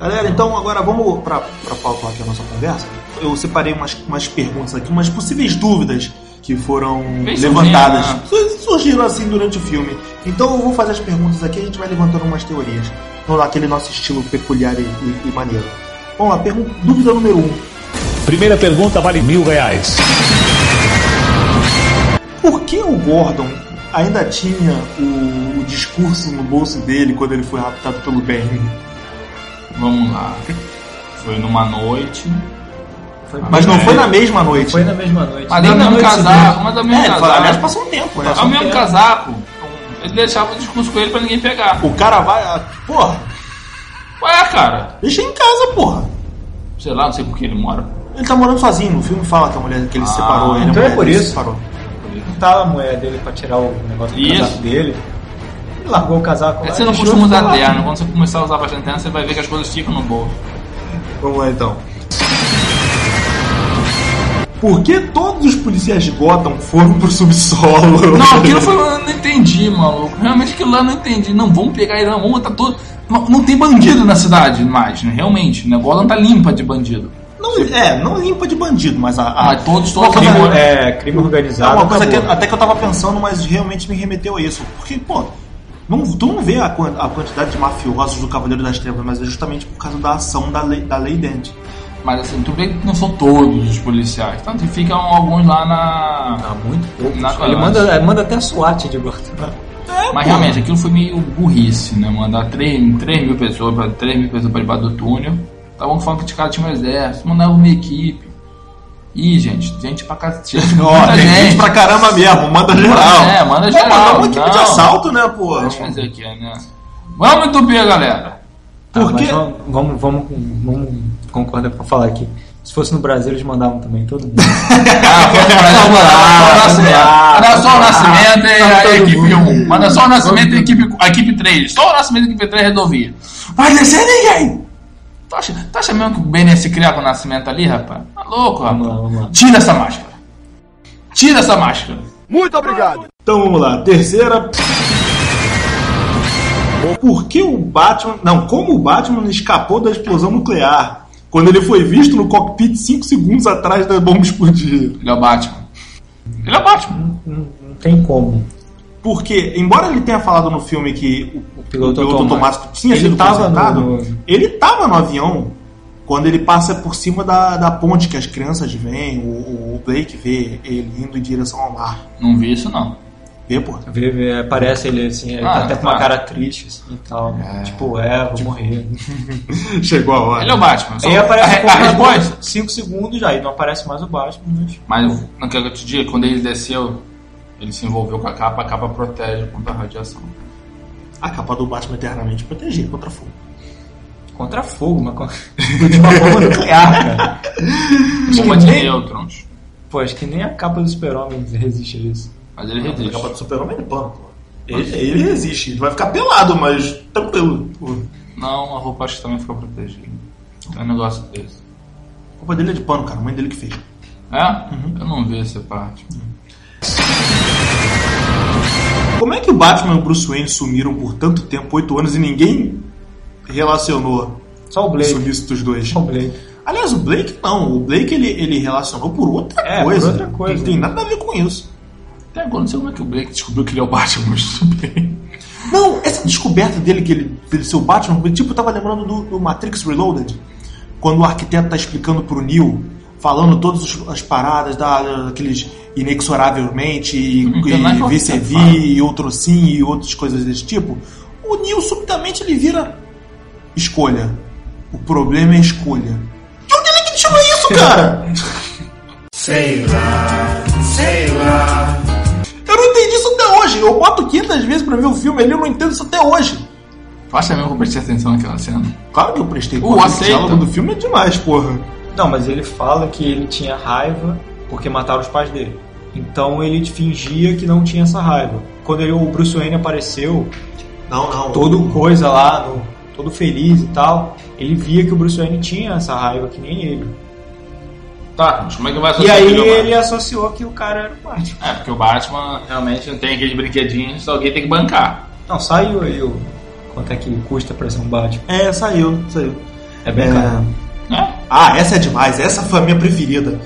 Speaker 1: Galera, então agora vamos para pautar aqui a nossa conversa. Eu separei umas, umas perguntas aqui, umas possíveis dúvidas que foram
Speaker 2: Vem
Speaker 1: levantadas.
Speaker 2: surgindo, né?
Speaker 1: Su- Surgiram assim durante o filme. Então eu vou fazer as perguntas aqui e a gente vai levantando umas teorias. No, naquele nosso estilo peculiar e, e- e maneiro. Vamos lá, pergun- dúvida número um.
Speaker 7: Primeira pergunta vale mil reais.
Speaker 1: Por que o Gordon ainda tinha o, o discurso no bolso dele quando ele foi raptado pelo Ben?
Speaker 2: Vamos lá. Foi numa noite.
Speaker 3: Foi
Speaker 1: Mas não
Speaker 2: É.
Speaker 1: foi na mesma noite.
Speaker 3: Foi na mesma noite.
Speaker 2: Mas deu o
Speaker 3: na
Speaker 2: mesmo
Speaker 3: noite
Speaker 2: casaco, mas deu o
Speaker 1: É,
Speaker 2: mesmo
Speaker 1: ele falou, aliás,
Speaker 2: casaco.
Speaker 1: passou um tempo, né?
Speaker 2: É o mesmo casaco. Ele deixava o discurso com ele pra ninguém pegar.
Speaker 1: O cara vai. ah, Porra,
Speaker 2: Ué, cara.
Speaker 1: deixa em casa, porra.
Speaker 2: Sei lá, não sei por que ele mora.
Speaker 1: Ele tá morando sozinho, no filme fala que a mulher que ele se
Speaker 2: Ah,
Speaker 1: separou, ele a
Speaker 3: então é
Speaker 1: mulher
Speaker 3: por
Speaker 1: dele se
Speaker 3: isso.
Speaker 1: separou.
Speaker 3: juntaram a mulher dele pra tirar o negócio do
Speaker 2: Isso.
Speaker 3: casaco dele. Ele largou o casaco
Speaker 2: É
Speaker 3: lá.
Speaker 2: que você não
Speaker 3: deixou
Speaker 2: costuma
Speaker 3: ficar
Speaker 2: usar
Speaker 3: lá.
Speaker 2: terno. Quando você começar a usar bastante terno, você vai ver que as coisas ficam no bolso.
Speaker 1: Vamos lá então. Por que todos os policiais de Gotham foram pro subsolo? (laughs)
Speaker 2: Não, aquilo foi, eu não entendi, maluco. Realmente aquilo lá eu não entendi. Não, vamos pegar ele, não, vamos botar todo. Não, não tem bandido na cidade mais, né? Realmente. Né? Gotham tá limpa de bandido.
Speaker 1: Não, é, não limpa de bandido, mas a. a-
Speaker 2: Mas todos, todos
Speaker 1: Uma
Speaker 2: são
Speaker 1: coisa-
Speaker 2: limpa.
Speaker 3: É, crime
Speaker 1: é
Speaker 3: organizado.
Speaker 1: uma coisa que
Speaker 3: acabou.
Speaker 1: até que eu tava pensando, mas realmente me remeteu a isso. Porque, pô, não, tu não vê a, quan- a quantidade de mafiosos do Cavaleiro das Trevas, mas é justamente por causa da ação da lei, da lei Dente.
Speaker 2: Mas assim, tu vê que não são todos os policiais. Tanto que ficam alguns lá na.
Speaker 3: Ah, muito pouco.
Speaker 2: Na-
Speaker 3: Ele manda, ele manda até a SWAT de Gotham.
Speaker 1: É,
Speaker 2: Mas realmente, aquilo foi meio burrice, né? Mandar 3, mil pessoas pra 3 mil pessoas pra debaixo do túnel. Estavam falando que os caras tinham um exército, mandavam uma equipe. Ih, gente, gente pra cacete.
Speaker 1: (laughs) Ó,
Speaker 2: muita
Speaker 1: tem gente. pra caramba mesmo, manda geral.
Speaker 2: É, manda
Speaker 1: Pô,
Speaker 2: geral,
Speaker 1: mandar uma equipe de
Speaker 2: não.
Speaker 1: assalto, né, pô?
Speaker 2: Vamos fazer aqui, né? Vamos entupir a galera.
Speaker 1: Por
Speaker 3: Ah, mas
Speaker 1: quê?
Speaker 3: Vamos, vamos, vamos, vamos concordar pra falar aqui. Se fosse no Brasil, eles mandavam também todo mundo.
Speaker 2: Ah, foi
Speaker 1: lá,
Speaker 2: pra
Speaker 1: vamos lá,
Speaker 2: Manda só o Nascimento e a
Speaker 3: todo
Speaker 2: equipe
Speaker 3: mundo.
Speaker 2: 1. Manda só o Nascimento e a equipe, a equipe 3. Só o Nascimento e a equipe 3 resolvia. Vai descer ninguém! Tu acha, tu acha mesmo que o Ben ia se criar com o Nascimento ali, rapaz? Tá louco, rapaz?
Speaker 3: Vamos lá, vamos lá.
Speaker 2: Tira essa máscara. Tira essa máscara.
Speaker 6: Muito obrigado.
Speaker 1: Então vamos lá, terceira. Por que o Batman. Não, como o Batman escapou da explosão nuclear? Ah, Quando ele foi visto no cockpit 5 segundos atrás da bomba explodir.
Speaker 2: Ele é o Batman. Ele é o Batman.
Speaker 3: Não, não tem como.
Speaker 1: Porque, embora ele tenha falado no filme que o, o piloto,
Speaker 3: piloto
Speaker 1: automático tinha
Speaker 3: Ele
Speaker 1: sido
Speaker 3: tava
Speaker 1: consertado,
Speaker 3: no-
Speaker 1: ele estava no avião quando ele passa por cima da, da ponte que as crianças veem, o, o Blake vê ele indo em direção ao mar.
Speaker 2: Não vi isso, não.
Speaker 1: Vê, pô.
Speaker 3: Vê, vê, Aparece ele assim, ele
Speaker 2: Ah,
Speaker 3: tá até com uma
Speaker 2: tá.
Speaker 3: cara triste assim, e tal. Tipo, é, vou morrer.
Speaker 1: (laughs) Chegou a hora.
Speaker 2: Ele é o Batman. Só-
Speaker 3: Aí aparece um
Speaker 2: a,
Speaker 3: o
Speaker 2: a
Speaker 3: computador,
Speaker 2: resposta.
Speaker 3: cinco segundos, aí não aparece mais o Batman, mas
Speaker 2: Mas não quero que eu te diga, quando ele desceu, ele se envolveu com a capa, a capa protege contra a radiação.
Speaker 1: A capa do Batman eternamente protegida contra fogo.
Speaker 3: contra fogo, mas (laughs) contra uma bomba nuclear, cara.
Speaker 2: Bomba de
Speaker 3: nem-
Speaker 2: nêutrons.
Speaker 3: Pô, acho que nem a capa do super-homem resiste a isso.
Speaker 2: Mas ele
Speaker 1: A capa
Speaker 2: resiste.
Speaker 1: do Super-Homem é pano, pô. Ele, ele resiste, ele vai ficar pelado, mas tranquilo. pô. A
Speaker 2: Não, a roupa acho que também ficou protegida. É um negócio desse.
Speaker 1: roupa dele é de pano, cara, a mãe dele que fez.
Speaker 2: É? Eu não vi essa parte.
Speaker 1: Como é que o Batman e o Bruce Wayne sumiram por tanto tempo, oito anos, e ninguém relacionou
Speaker 3: Só o
Speaker 1: o
Speaker 3: Blade.
Speaker 1: sumiço dos dois?
Speaker 3: Só o Blade.
Speaker 1: Aliás, o Blake não. O Blake ele, ele relacionou por outra
Speaker 3: É, por
Speaker 1: coisa.
Speaker 3: outra coisa.
Speaker 1: Não tem nada a ver com isso.
Speaker 2: Até agora não sei como é que o Blake descobriu que ele é o Batman, mas tudo bem.
Speaker 1: Não, essa descoberta dele que ele, ele ser o Batman, tipo, eu tava lembrando do, do Matrix Reloaded, quando o arquiteto tá explicando pro Neo, falando todas os- as paradas da, daqueles inexoravelmente e,
Speaker 2: Hum, tem mais
Speaker 1: e
Speaker 2: um arquiteto,
Speaker 1: vice-vi
Speaker 2: fala.
Speaker 1: e outro sim e outras coisas desse tipo, o Neo subitamente ele vira escolha. O problema é a escolha. De onde ele é que tirou isso, cara? Eu não entendi isso até hoje. Eu boto 500 vezes pra ver o filme ali, eu não entendo isso até hoje.
Speaker 2: Faça mesmo que eu prestei atenção naquela cena.
Speaker 1: Claro que eu prestei
Speaker 2: Uh,
Speaker 1: conta,
Speaker 2: aceita.
Speaker 1: O diálogo do filme é demais, porra.
Speaker 3: Não, mas ele fala que ele tinha raiva porque mataram os pais dele. Então ele fingia que não tinha essa raiva. Quando ele, o Bruce Wayne apareceu,
Speaker 1: Não, não.
Speaker 3: todo coisa lá, no- todo feliz e tal, ele via que o Bruce Wayne tinha essa raiva que nem ele.
Speaker 2: Tá, mas como é que vai
Speaker 3: E
Speaker 2: associar
Speaker 3: aí
Speaker 2: que ele é o
Speaker 3: ele associou que o cara era o Batman.
Speaker 2: Batman? É, porque o Batman realmente não tem aqueles brinquedinhos, só alguém tem que bancar.
Speaker 3: Não, saiu aí o quanto é que custa pra ser um Batman.
Speaker 1: É, saiu, saiu.
Speaker 3: É bem
Speaker 1: É.
Speaker 3: caro.
Speaker 2: Né?
Speaker 1: Ah, essa é demais. Essa foi a minha preferida.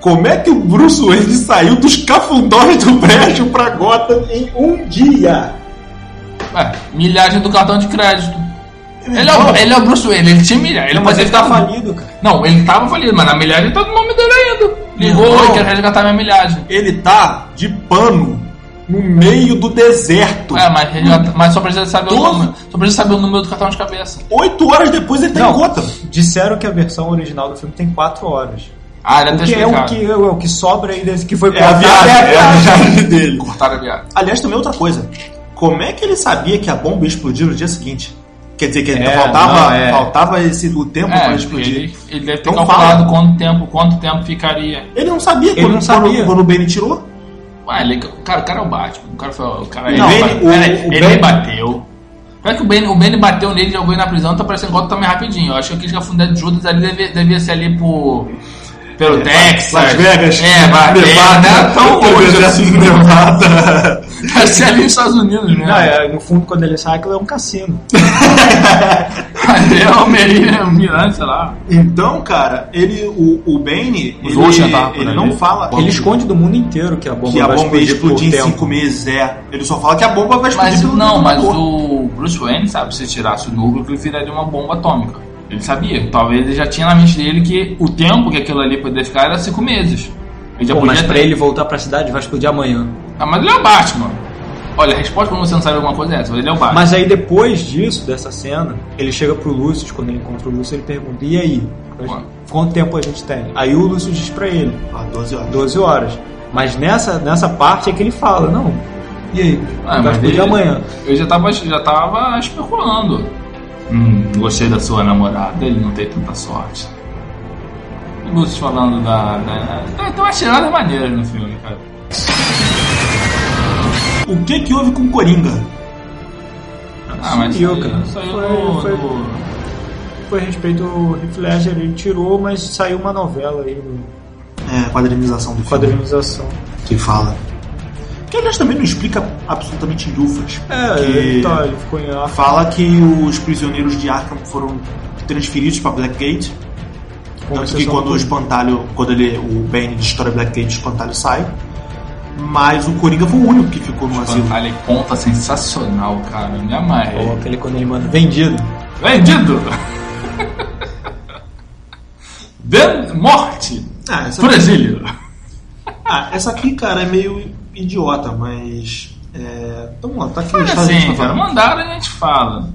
Speaker 1: Como é que o Bruce Wayne saiu dos cafundões do prédio pra Gotham em um dia?
Speaker 2: É, milhagem do cartão de crédito. Ele é, o, ele é o Bruce Wayne, ele tinha milhagem. Ele
Speaker 3: Mas
Speaker 2: poderia
Speaker 3: ele tá
Speaker 2: ter-
Speaker 3: falido, cara.
Speaker 2: Não, ele tava falido, mas na milhagem tá no nome dele ainda. Ligou,
Speaker 1: Não.
Speaker 2: eu quero resgatar minha milhagem.
Speaker 1: Ele tá de pano no meio do deserto.
Speaker 2: É, mas, resgata- mas só precisa saber o
Speaker 1: Doze.
Speaker 2: número. Só precisa saber o número do cartão de cabeça.
Speaker 1: Oito horas depois ele tá
Speaker 3: Não.
Speaker 1: em Gotham.
Speaker 3: Disseram que a versão original do filme tem 4 horas.
Speaker 2: Ah, deve ter
Speaker 3: Que é o
Speaker 2: explicado.
Speaker 3: que, é o que sobra aí desse que foi
Speaker 1: É a
Speaker 3: cortado,
Speaker 1: viagem, é a viagem dele.
Speaker 2: Cortaram a viagem.
Speaker 1: Aliás, também é outra coisa. Como é que ele sabia que a bomba ia explodir no dia seguinte? Quer dizer, que ainda
Speaker 3: É,
Speaker 1: faltava,
Speaker 3: não, é.
Speaker 1: faltava esse, o tempo
Speaker 2: É,
Speaker 1: para
Speaker 2: porque
Speaker 1: explodir. Ele...
Speaker 2: ele, ele deve ter
Speaker 1: Então
Speaker 2: calculado
Speaker 1: fala.
Speaker 2: quanto tempo, quanto tempo ficaria.
Speaker 1: não sabia
Speaker 3: Ele
Speaker 1: quando,
Speaker 3: não sabia.
Speaker 1: quando- quando o Bane tirou.
Speaker 2: Ué, ele, cara, o cara é o Batman. O cara foi. O cara é
Speaker 1: Não,
Speaker 2: ele,
Speaker 1: mas
Speaker 2: bate-
Speaker 1: o-
Speaker 2: pera aí,
Speaker 1: o
Speaker 2: ele
Speaker 1: Ben-
Speaker 2: bateu. Pior é que o Ben, o Ben bateu nele, jogou ele na prisão, tá parecendo igual também rapidinho. Eu acho que aquele afundado de Judas ali devia, devia ser ali por.
Speaker 3: É,
Speaker 2: Pelo Texas.
Speaker 1: Las Vegas.
Speaker 2: É, bateu.
Speaker 1: Nevada.
Speaker 2: Né?
Speaker 3: (laughs)
Speaker 2: Tão longe
Speaker 1: deserto
Speaker 2: (laughs) assim.
Speaker 1: de Nevada.
Speaker 2: Deve ser ali nos Estados Unidos, né?
Speaker 3: Não, é, no fundo, quando ele sai, aquilo é um cassino.
Speaker 2: Ali é o Almeria, o Mirante, sei lá.
Speaker 1: Então, cara, ele, o, o Bane,
Speaker 2: Os
Speaker 1: ele,
Speaker 2: outros já estavam por
Speaker 1: ele
Speaker 2: ali.
Speaker 1: não fala
Speaker 3: Ele esconde do mundo inteiro que a bomba
Speaker 1: que a
Speaker 3: vai
Speaker 1: bomba ia
Speaker 3: por
Speaker 1: explodir em
Speaker 3: tempo.
Speaker 1: cinco meses. É, ele só fala que a bomba vai explodir
Speaker 2: Mas
Speaker 1: pelo
Speaker 2: não,
Speaker 3: é
Speaker 1: tempo
Speaker 2: mas
Speaker 1: todo.
Speaker 2: o Bruce Wayne, sabe, se tirasse o núcleo, ele viraria uma bomba atômica. Ele sabia. Talvez ele já tinha na mente dele que o tempo que aquilo ali poderia ficar era cinco meses. Ele já
Speaker 3: Pô,
Speaker 2: podia
Speaker 3: mas pra
Speaker 2: ter-
Speaker 3: ele voltar pra cidade vai explodir amanhã.
Speaker 2: Ah, mas ele é o Batman. Olha, a resposta quando você não sabe alguma coisa é essa, mas ele é o Batman.
Speaker 3: Mas aí depois disso, dessa cena, ele chega pro Lúcio, quando ele encontra o Lúcio, ele pergunta: e aí?
Speaker 2: Ué.
Speaker 3: Quanto tempo a gente tem? Aí o Lúcio diz pra ele:
Speaker 1: Ah, 12 horas.
Speaker 3: 12 horas. Mas nessa, nessa parte é que ele fala: não. E aí?
Speaker 2: Ah,
Speaker 3: vai
Speaker 2: mas
Speaker 3: explodir
Speaker 2: ele-
Speaker 3: amanhã.
Speaker 2: Eu já tava, já tava especulando. Hum, gostei da sua namorada, ele não tem tanta sorte. O Lúcio falando da. da, da tem umas tiradas maneiras no filme, cara.
Speaker 1: O que que houve com o Coringa?
Speaker 2: Ah, mas
Speaker 3: Sumiu,
Speaker 2: isso aí-
Speaker 3: cara.
Speaker 2: isso aí
Speaker 3: Foi-
Speaker 2: no-
Speaker 3: foi-
Speaker 2: no-
Speaker 3: Foi a respeito do Heath Ledger, ele tirou, mas saiu uma novela aí, no
Speaker 1: É, quadrinização do filme.
Speaker 3: quadrinização.
Speaker 1: que fala. Que aliás também não explica absolutamente lufas.
Speaker 3: É,
Speaker 1: que
Speaker 3: ele, tá, ele ficou em ar.
Speaker 1: Fala que os prisioneiros de Arkham foram transferidos pra Blackgate. Tanto que quando o espantalho, quando ele, o Bane destrói Blackgate, o espantalho sai. Mas o Coringa foi o único que ficou no asilo.
Speaker 2: Fantália conta sensacional, cara. é Me
Speaker 3: Ou
Speaker 2: amarre.
Speaker 3: aquele quando ele manda vendido.
Speaker 2: (laughs) Vendido! Ven morte!
Speaker 1: Ah, essa,
Speaker 2: Presílio!
Speaker 1: ah, essa aqui, cara, é meio idiota, mas. É, vamos lá, tá aqui
Speaker 2: Olha
Speaker 1: deixa a gente
Speaker 2: assim,
Speaker 1: falar.
Speaker 2: cara, mandaram e a gente fala.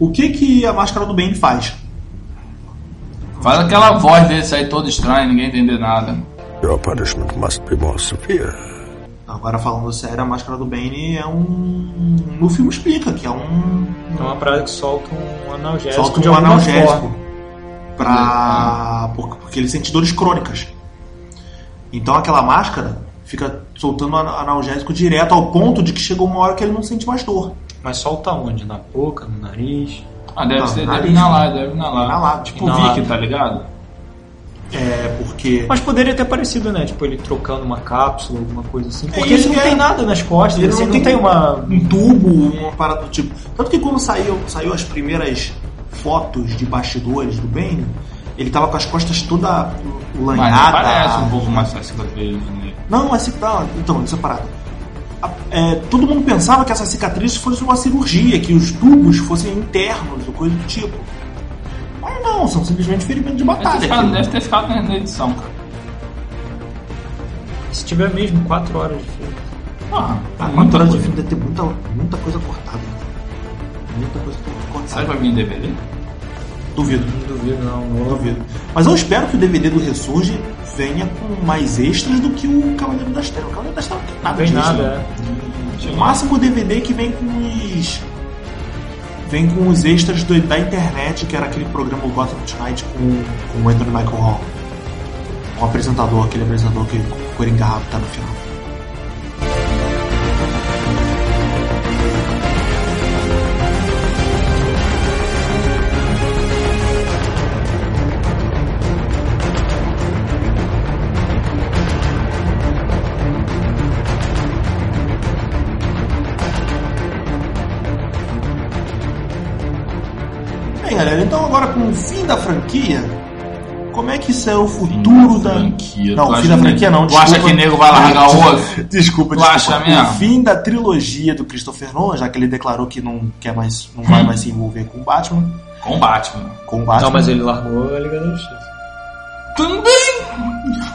Speaker 1: O que que a máscara do Bane faz?
Speaker 2: Faz aquela voz dele sair todo estranho, ninguém entender nada.
Speaker 8: Your punishment must be more severe.
Speaker 1: Agora falando sério, a máscara do Bane é um. No filme explica que é um
Speaker 3: É uma parada que solta um
Speaker 2: É,
Speaker 3: analgésico.
Speaker 1: Solta
Speaker 3: de
Speaker 1: um
Speaker 3: alguma
Speaker 1: analgésico.
Speaker 3: forma.
Speaker 2: É.
Speaker 1: Pra... por- Porque ele sente dores crônicas. Então aquela máscara fica soltando ana- analgésico direto ao ponto de que chegou uma hora que ele não sente mais dor.
Speaker 3: Mas solta onde? Na boca, no nariz?
Speaker 2: Ah, deve
Speaker 1: Não,
Speaker 2: ser,
Speaker 1: nada
Speaker 2: deve
Speaker 1: disso.
Speaker 2: inalar, deve inalar.
Speaker 1: Inalar, tipo
Speaker 2: o Vic,
Speaker 3: inalar.
Speaker 2: tá ligado?
Speaker 1: É, porque.
Speaker 3: Mas poderia ter parecido, né? Tipo, ele trocando uma cápsula, alguma coisa assim. Porque
Speaker 1: isso
Speaker 3: ele não
Speaker 1: é.
Speaker 3: tem nada nas costas,
Speaker 1: Ele
Speaker 3: ele
Speaker 1: não
Speaker 3: não tem Hum. uma.
Speaker 1: um tubo, uma parada do tipo. Tanto que quando saiu, saiu as primeiras fotos de bastidores do Bane, ele tava com as costas toda
Speaker 2: Mas
Speaker 1: lanhada.
Speaker 2: parece um pouco mais Assassino dele, né?
Speaker 1: Não, é citar. Então, essa parada. A- é, todo mundo pensava que essa cicatriz fosse uma cirurgia, que os tubos fossem internos ou coisa do tipo. Mas não, são simplesmente ferimentos de
Speaker 2: Deve
Speaker 1: batalha.
Speaker 2: ter ficado,
Speaker 1: aquilo.
Speaker 2: deve ter ficado na na edição, cara.
Speaker 3: Se tiver mesmo 4 horas de filme.
Speaker 2: Ah,
Speaker 1: Ah,
Speaker 2: muita
Speaker 1: quatro horas de
Speaker 2: coisa.
Speaker 1: filme deve ter muita, muita coisa cortada. Muita coisa
Speaker 2: Será que
Speaker 1: cortada.
Speaker 2: vai vir em DVD?
Speaker 1: Duvido.
Speaker 3: Não duvido, não.
Speaker 1: Eu
Speaker 3: não
Speaker 1: duvido. Mas eu espero que o DVD do Ressurge venha com mais extras do que o Cavaleiro das Trevas. O Cavaleiro das Trevas não tem nada
Speaker 3: Não tem
Speaker 1: disso. né?
Speaker 3: nada, é.
Speaker 1: O máximo o DVD que vem com os. Vem com os extras do- da internet, que era aquele programa o Gotham Tonight com, com o Andrew Michael Hall. O apresentador, aquele apresentador que o Coringa Rápido tá no final. Bem, galera, então agora com o fim da franquia, como é que isso é o futuro
Speaker 2: da
Speaker 1: da.
Speaker 2: franquia.
Speaker 1: Não,
Speaker 2: Tu
Speaker 1: o
Speaker 2: acha
Speaker 1: fim da
Speaker 2: que-
Speaker 1: franquia não.
Speaker 2: tu acha
Speaker 1: desculpa.
Speaker 2: que nego vai largar o osso?
Speaker 1: (laughs) Desculpa,
Speaker 2: Tu
Speaker 1: desculpa.
Speaker 2: acha mesmo?
Speaker 1: O fim da trilogia do Christopher Nolan, já que ele declarou que não, quer mais, não
Speaker 2: (laughs)
Speaker 1: vai mais se envolver com o Batman.
Speaker 2: Combate, mano.
Speaker 1: Com o Batman.
Speaker 3: Não, mas ele largou a Liga da Justiça.
Speaker 2: Também!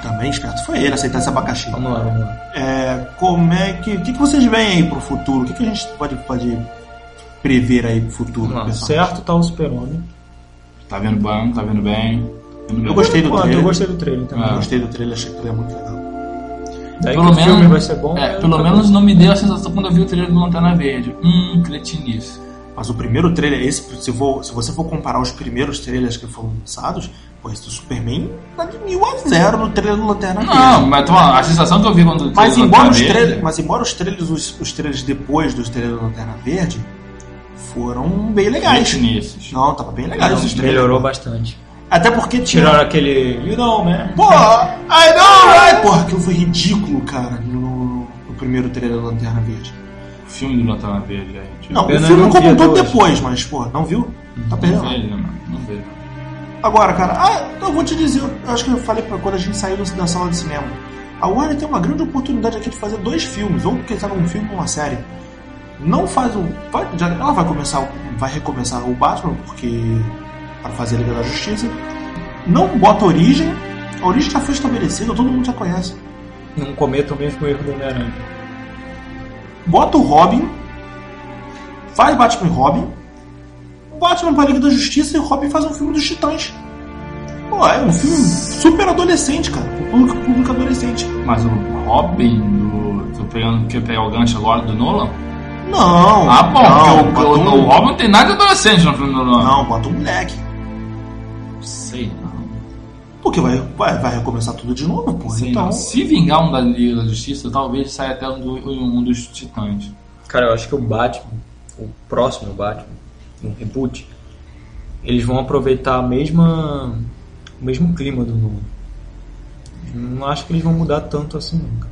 Speaker 1: Também esperto foi ele aceitar esse abacaxi.
Speaker 3: Vamos lá, vamos lá.
Speaker 1: É, como é que. O que, que vocês veem aí pro futuro? O que, que a gente pode, pode prever aí pro futuro,
Speaker 3: Vamos lá.
Speaker 1: pessoal?
Speaker 3: Certo tá o Super-Homem.
Speaker 2: Tá vendo bem, tá vendo bem. Vendo bem.
Speaker 1: Eu gostei do
Speaker 3: Por enquanto,
Speaker 1: trailer.
Speaker 3: Eu gostei do trailer também.
Speaker 2: Ah.
Speaker 1: Gostei do trailer, achei que ele é muito legal.
Speaker 3: Daí
Speaker 2: Pelo
Speaker 3: que o filme
Speaker 2: menos-
Speaker 3: vai ser bom. né?
Speaker 2: É,
Speaker 3: eu
Speaker 2: pelo
Speaker 3: tô-
Speaker 2: menos não me deu a sensação quando eu vi o trailer do Lanterna Verde. Hum, cretinice.
Speaker 1: Mas o primeiro trailer, esse, se, for- se você for comparar os primeiros trailers que foram lançados, pô, esse do Superman tá de mil a zero no trailer do Lanterna Verde.
Speaker 2: Não, mas toma, a sensação que eu vi quando.
Speaker 1: Mas
Speaker 2: o
Speaker 1: embora, os
Speaker 2: Lanterna Verde-
Speaker 1: trailers, mas embora os trailers, os, os trailers depois dos trailers do Lanterna Verde foram bem legais.
Speaker 2: Cretinices.
Speaker 1: Não, tava bem legal
Speaker 3: Não,
Speaker 1: esses trailers.
Speaker 3: melhorou bastante.
Speaker 1: Até porque
Speaker 3: Tiraram
Speaker 1: tinha.
Speaker 3: aquele. You know, né?
Speaker 1: Pô, I know, right? Porra, aquilo foi ridículo, cara, no, no primeiro trailer do Lanterna Verde.
Speaker 2: O filme do Lanterna Verde, é, tipo, gente.
Speaker 1: Não,
Speaker 3: Pena
Speaker 1: o filme
Speaker 3: não
Speaker 1: como um
Speaker 3: vi
Speaker 1: todo
Speaker 3: até hoje.
Speaker 1: depois, mas, pô, não viu? Tá
Speaker 2: não
Speaker 1: perdendo.
Speaker 2: vejo, mano. Não vejo.
Speaker 1: Agora, cara, ah, eu vou te dizer, eu acho que eu falei pra quando a gente saiu da sala de cinema. A Warner tem uma grande oportunidade aqui de fazer dois filmes, ou quem sabe um filme ou uma série. Não faz um. vai- já- ela vai começar, o- vai recomeçar o Batman, porque. para fazer a Liga da Justiça. Não bota origem. A origem já foi estabelecida, todo mundo já conhece.
Speaker 3: Não cometa o mesmo erro do Homem-Aranha.
Speaker 1: Bota o Robin. Faz Batman e Robin. O Batman para a Liga da Justiça e o Robin faz um filme dos Titãs. Pô, é um filme super adolescente, cara. O público, público adolescente.
Speaker 2: Mas o Robin do. Tô pegando, quer pegar o gancho agora do Nolan?
Speaker 1: Não.
Speaker 2: Ah, bom,
Speaker 1: não,
Speaker 2: porque o,
Speaker 1: bota
Speaker 2: o-
Speaker 1: um-
Speaker 2: o Robin não tem nada de adolescente no filme do Nolan.
Speaker 1: Não, bota um moleque.
Speaker 2: Sei não.
Speaker 1: Porque vai, vai, vai recomeçar tudo de novo, pô.
Speaker 2: Sei
Speaker 1: então.
Speaker 2: não. Se vingar um da Liga da Justiça, talvez saia até um, do- um dos titãs.
Speaker 3: Cara, eu acho que o Batman, o próximo Batman, um reboot, eles vão aproveitar a mesma. o mesmo clima do novo. Não acho que eles vão mudar tanto assim nunca.